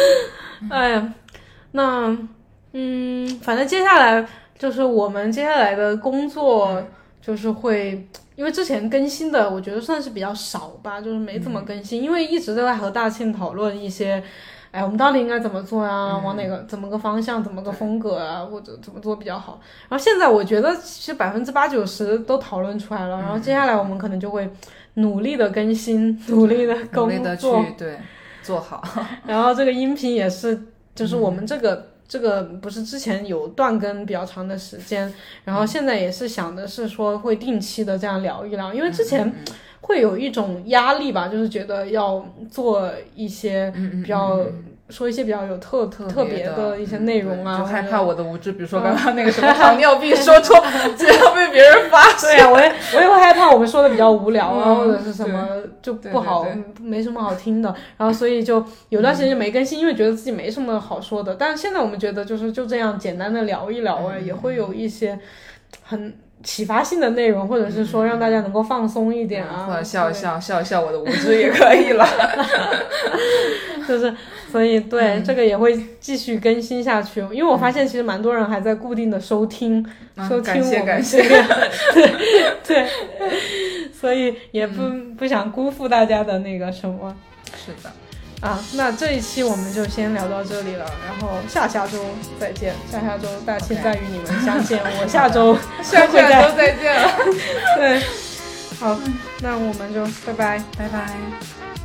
[SPEAKER 2] *laughs* 哎呀，那嗯，反正接下来就是我们接下来的工作，就是会因为之前更新的，我觉得算是比较少吧，就是没怎么
[SPEAKER 3] 嗯
[SPEAKER 2] 更新，因为一直都在和大庆讨论一些。哎，我们到底应该怎么做啊？
[SPEAKER 3] 嗯
[SPEAKER 2] 往哪个怎么个方向，怎么个风格啊，或者怎么做比较好？然后现在我觉得其实百分之八九十都讨论出来了，然后
[SPEAKER 3] 嗯
[SPEAKER 2] 接下来我们可能就会努力的更新，努力的
[SPEAKER 3] 努
[SPEAKER 2] 工
[SPEAKER 3] 力的去
[SPEAKER 2] 作，
[SPEAKER 3] 对做好。
[SPEAKER 2] 然后这个音频也是，就是我们这个、这个不是之前有断更比较长的时间，然后现在也是想的是说会定期的这样聊一聊，因为之前会有一种压力吧，就是觉得要做一些
[SPEAKER 3] 嗯
[SPEAKER 2] 比较、说一些比较有特特特别的一些内容啊，嗯
[SPEAKER 3] 嗯就害
[SPEAKER 2] 或者
[SPEAKER 3] 怕我的无知，比如说刚刚那个什么糖尿病说错，就要被别人发
[SPEAKER 2] *laughs* 对啊
[SPEAKER 3] 现。 *laughs*
[SPEAKER 2] 呀、我也我也会害怕我们说的比较无聊啊，
[SPEAKER 3] 嗯
[SPEAKER 2] 或者是什么就不好，
[SPEAKER 3] 对对
[SPEAKER 2] 没什么好听的。然后所以就有段时间就没更新，因为觉得自己没什么好说
[SPEAKER 3] 嗯
[SPEAKER 2] 的。但是现在我们觉得就是就这样简单的聊一聊啊，也会有一些很启发性的内容，或者是说让大家能够放松一点啊，
[SPEAKER 3] 嗯或者笑一笑笑一笑我的无知也可以了。
[SPEAKER 2] *laughs* 就是所以对、
[SPEAKER 3] 嗯
[SPEAKER 2] 这个也会继续更新下去，因为我发现其实蛮多人还在固定的收听，
[SPEAKER 3] 啊
[SPEAKER 2] 收
[SPEAKER 3] 感
[SPEAKER 2] 听
[SPEAKER 3] 谢
[SPEAKER 2] 我
[SPEAKER 3] 感
[SPEAKER 2] 们
[SPEAKER 3] 谢
[SPEAKER 2] 这个， *laughs* 对对，所以也不、
[SPEAKER 3] 嗯
[SPEAKER 2] 不想辜负大家的那个什么。
[SPEAKER 3] 是的，
[SPEAKER 2] 啊，那这一期我们就先聊到这里了，然后下下周再见。下下周大期
[SPEAKER 3] OK
[SPEAKER 2] 待与你们相见，我下周
[SPEAKER 3] *laughs* 下
[SPEAKER 2] 会
[SPEAKER 3] 下周
[SPEAKER 2] 在
[SPEAKER 3] 嗯再见了，
[SPEAKER 2] 对。好，那我们就拜拜。
[SPEAKER 3] 拜拜。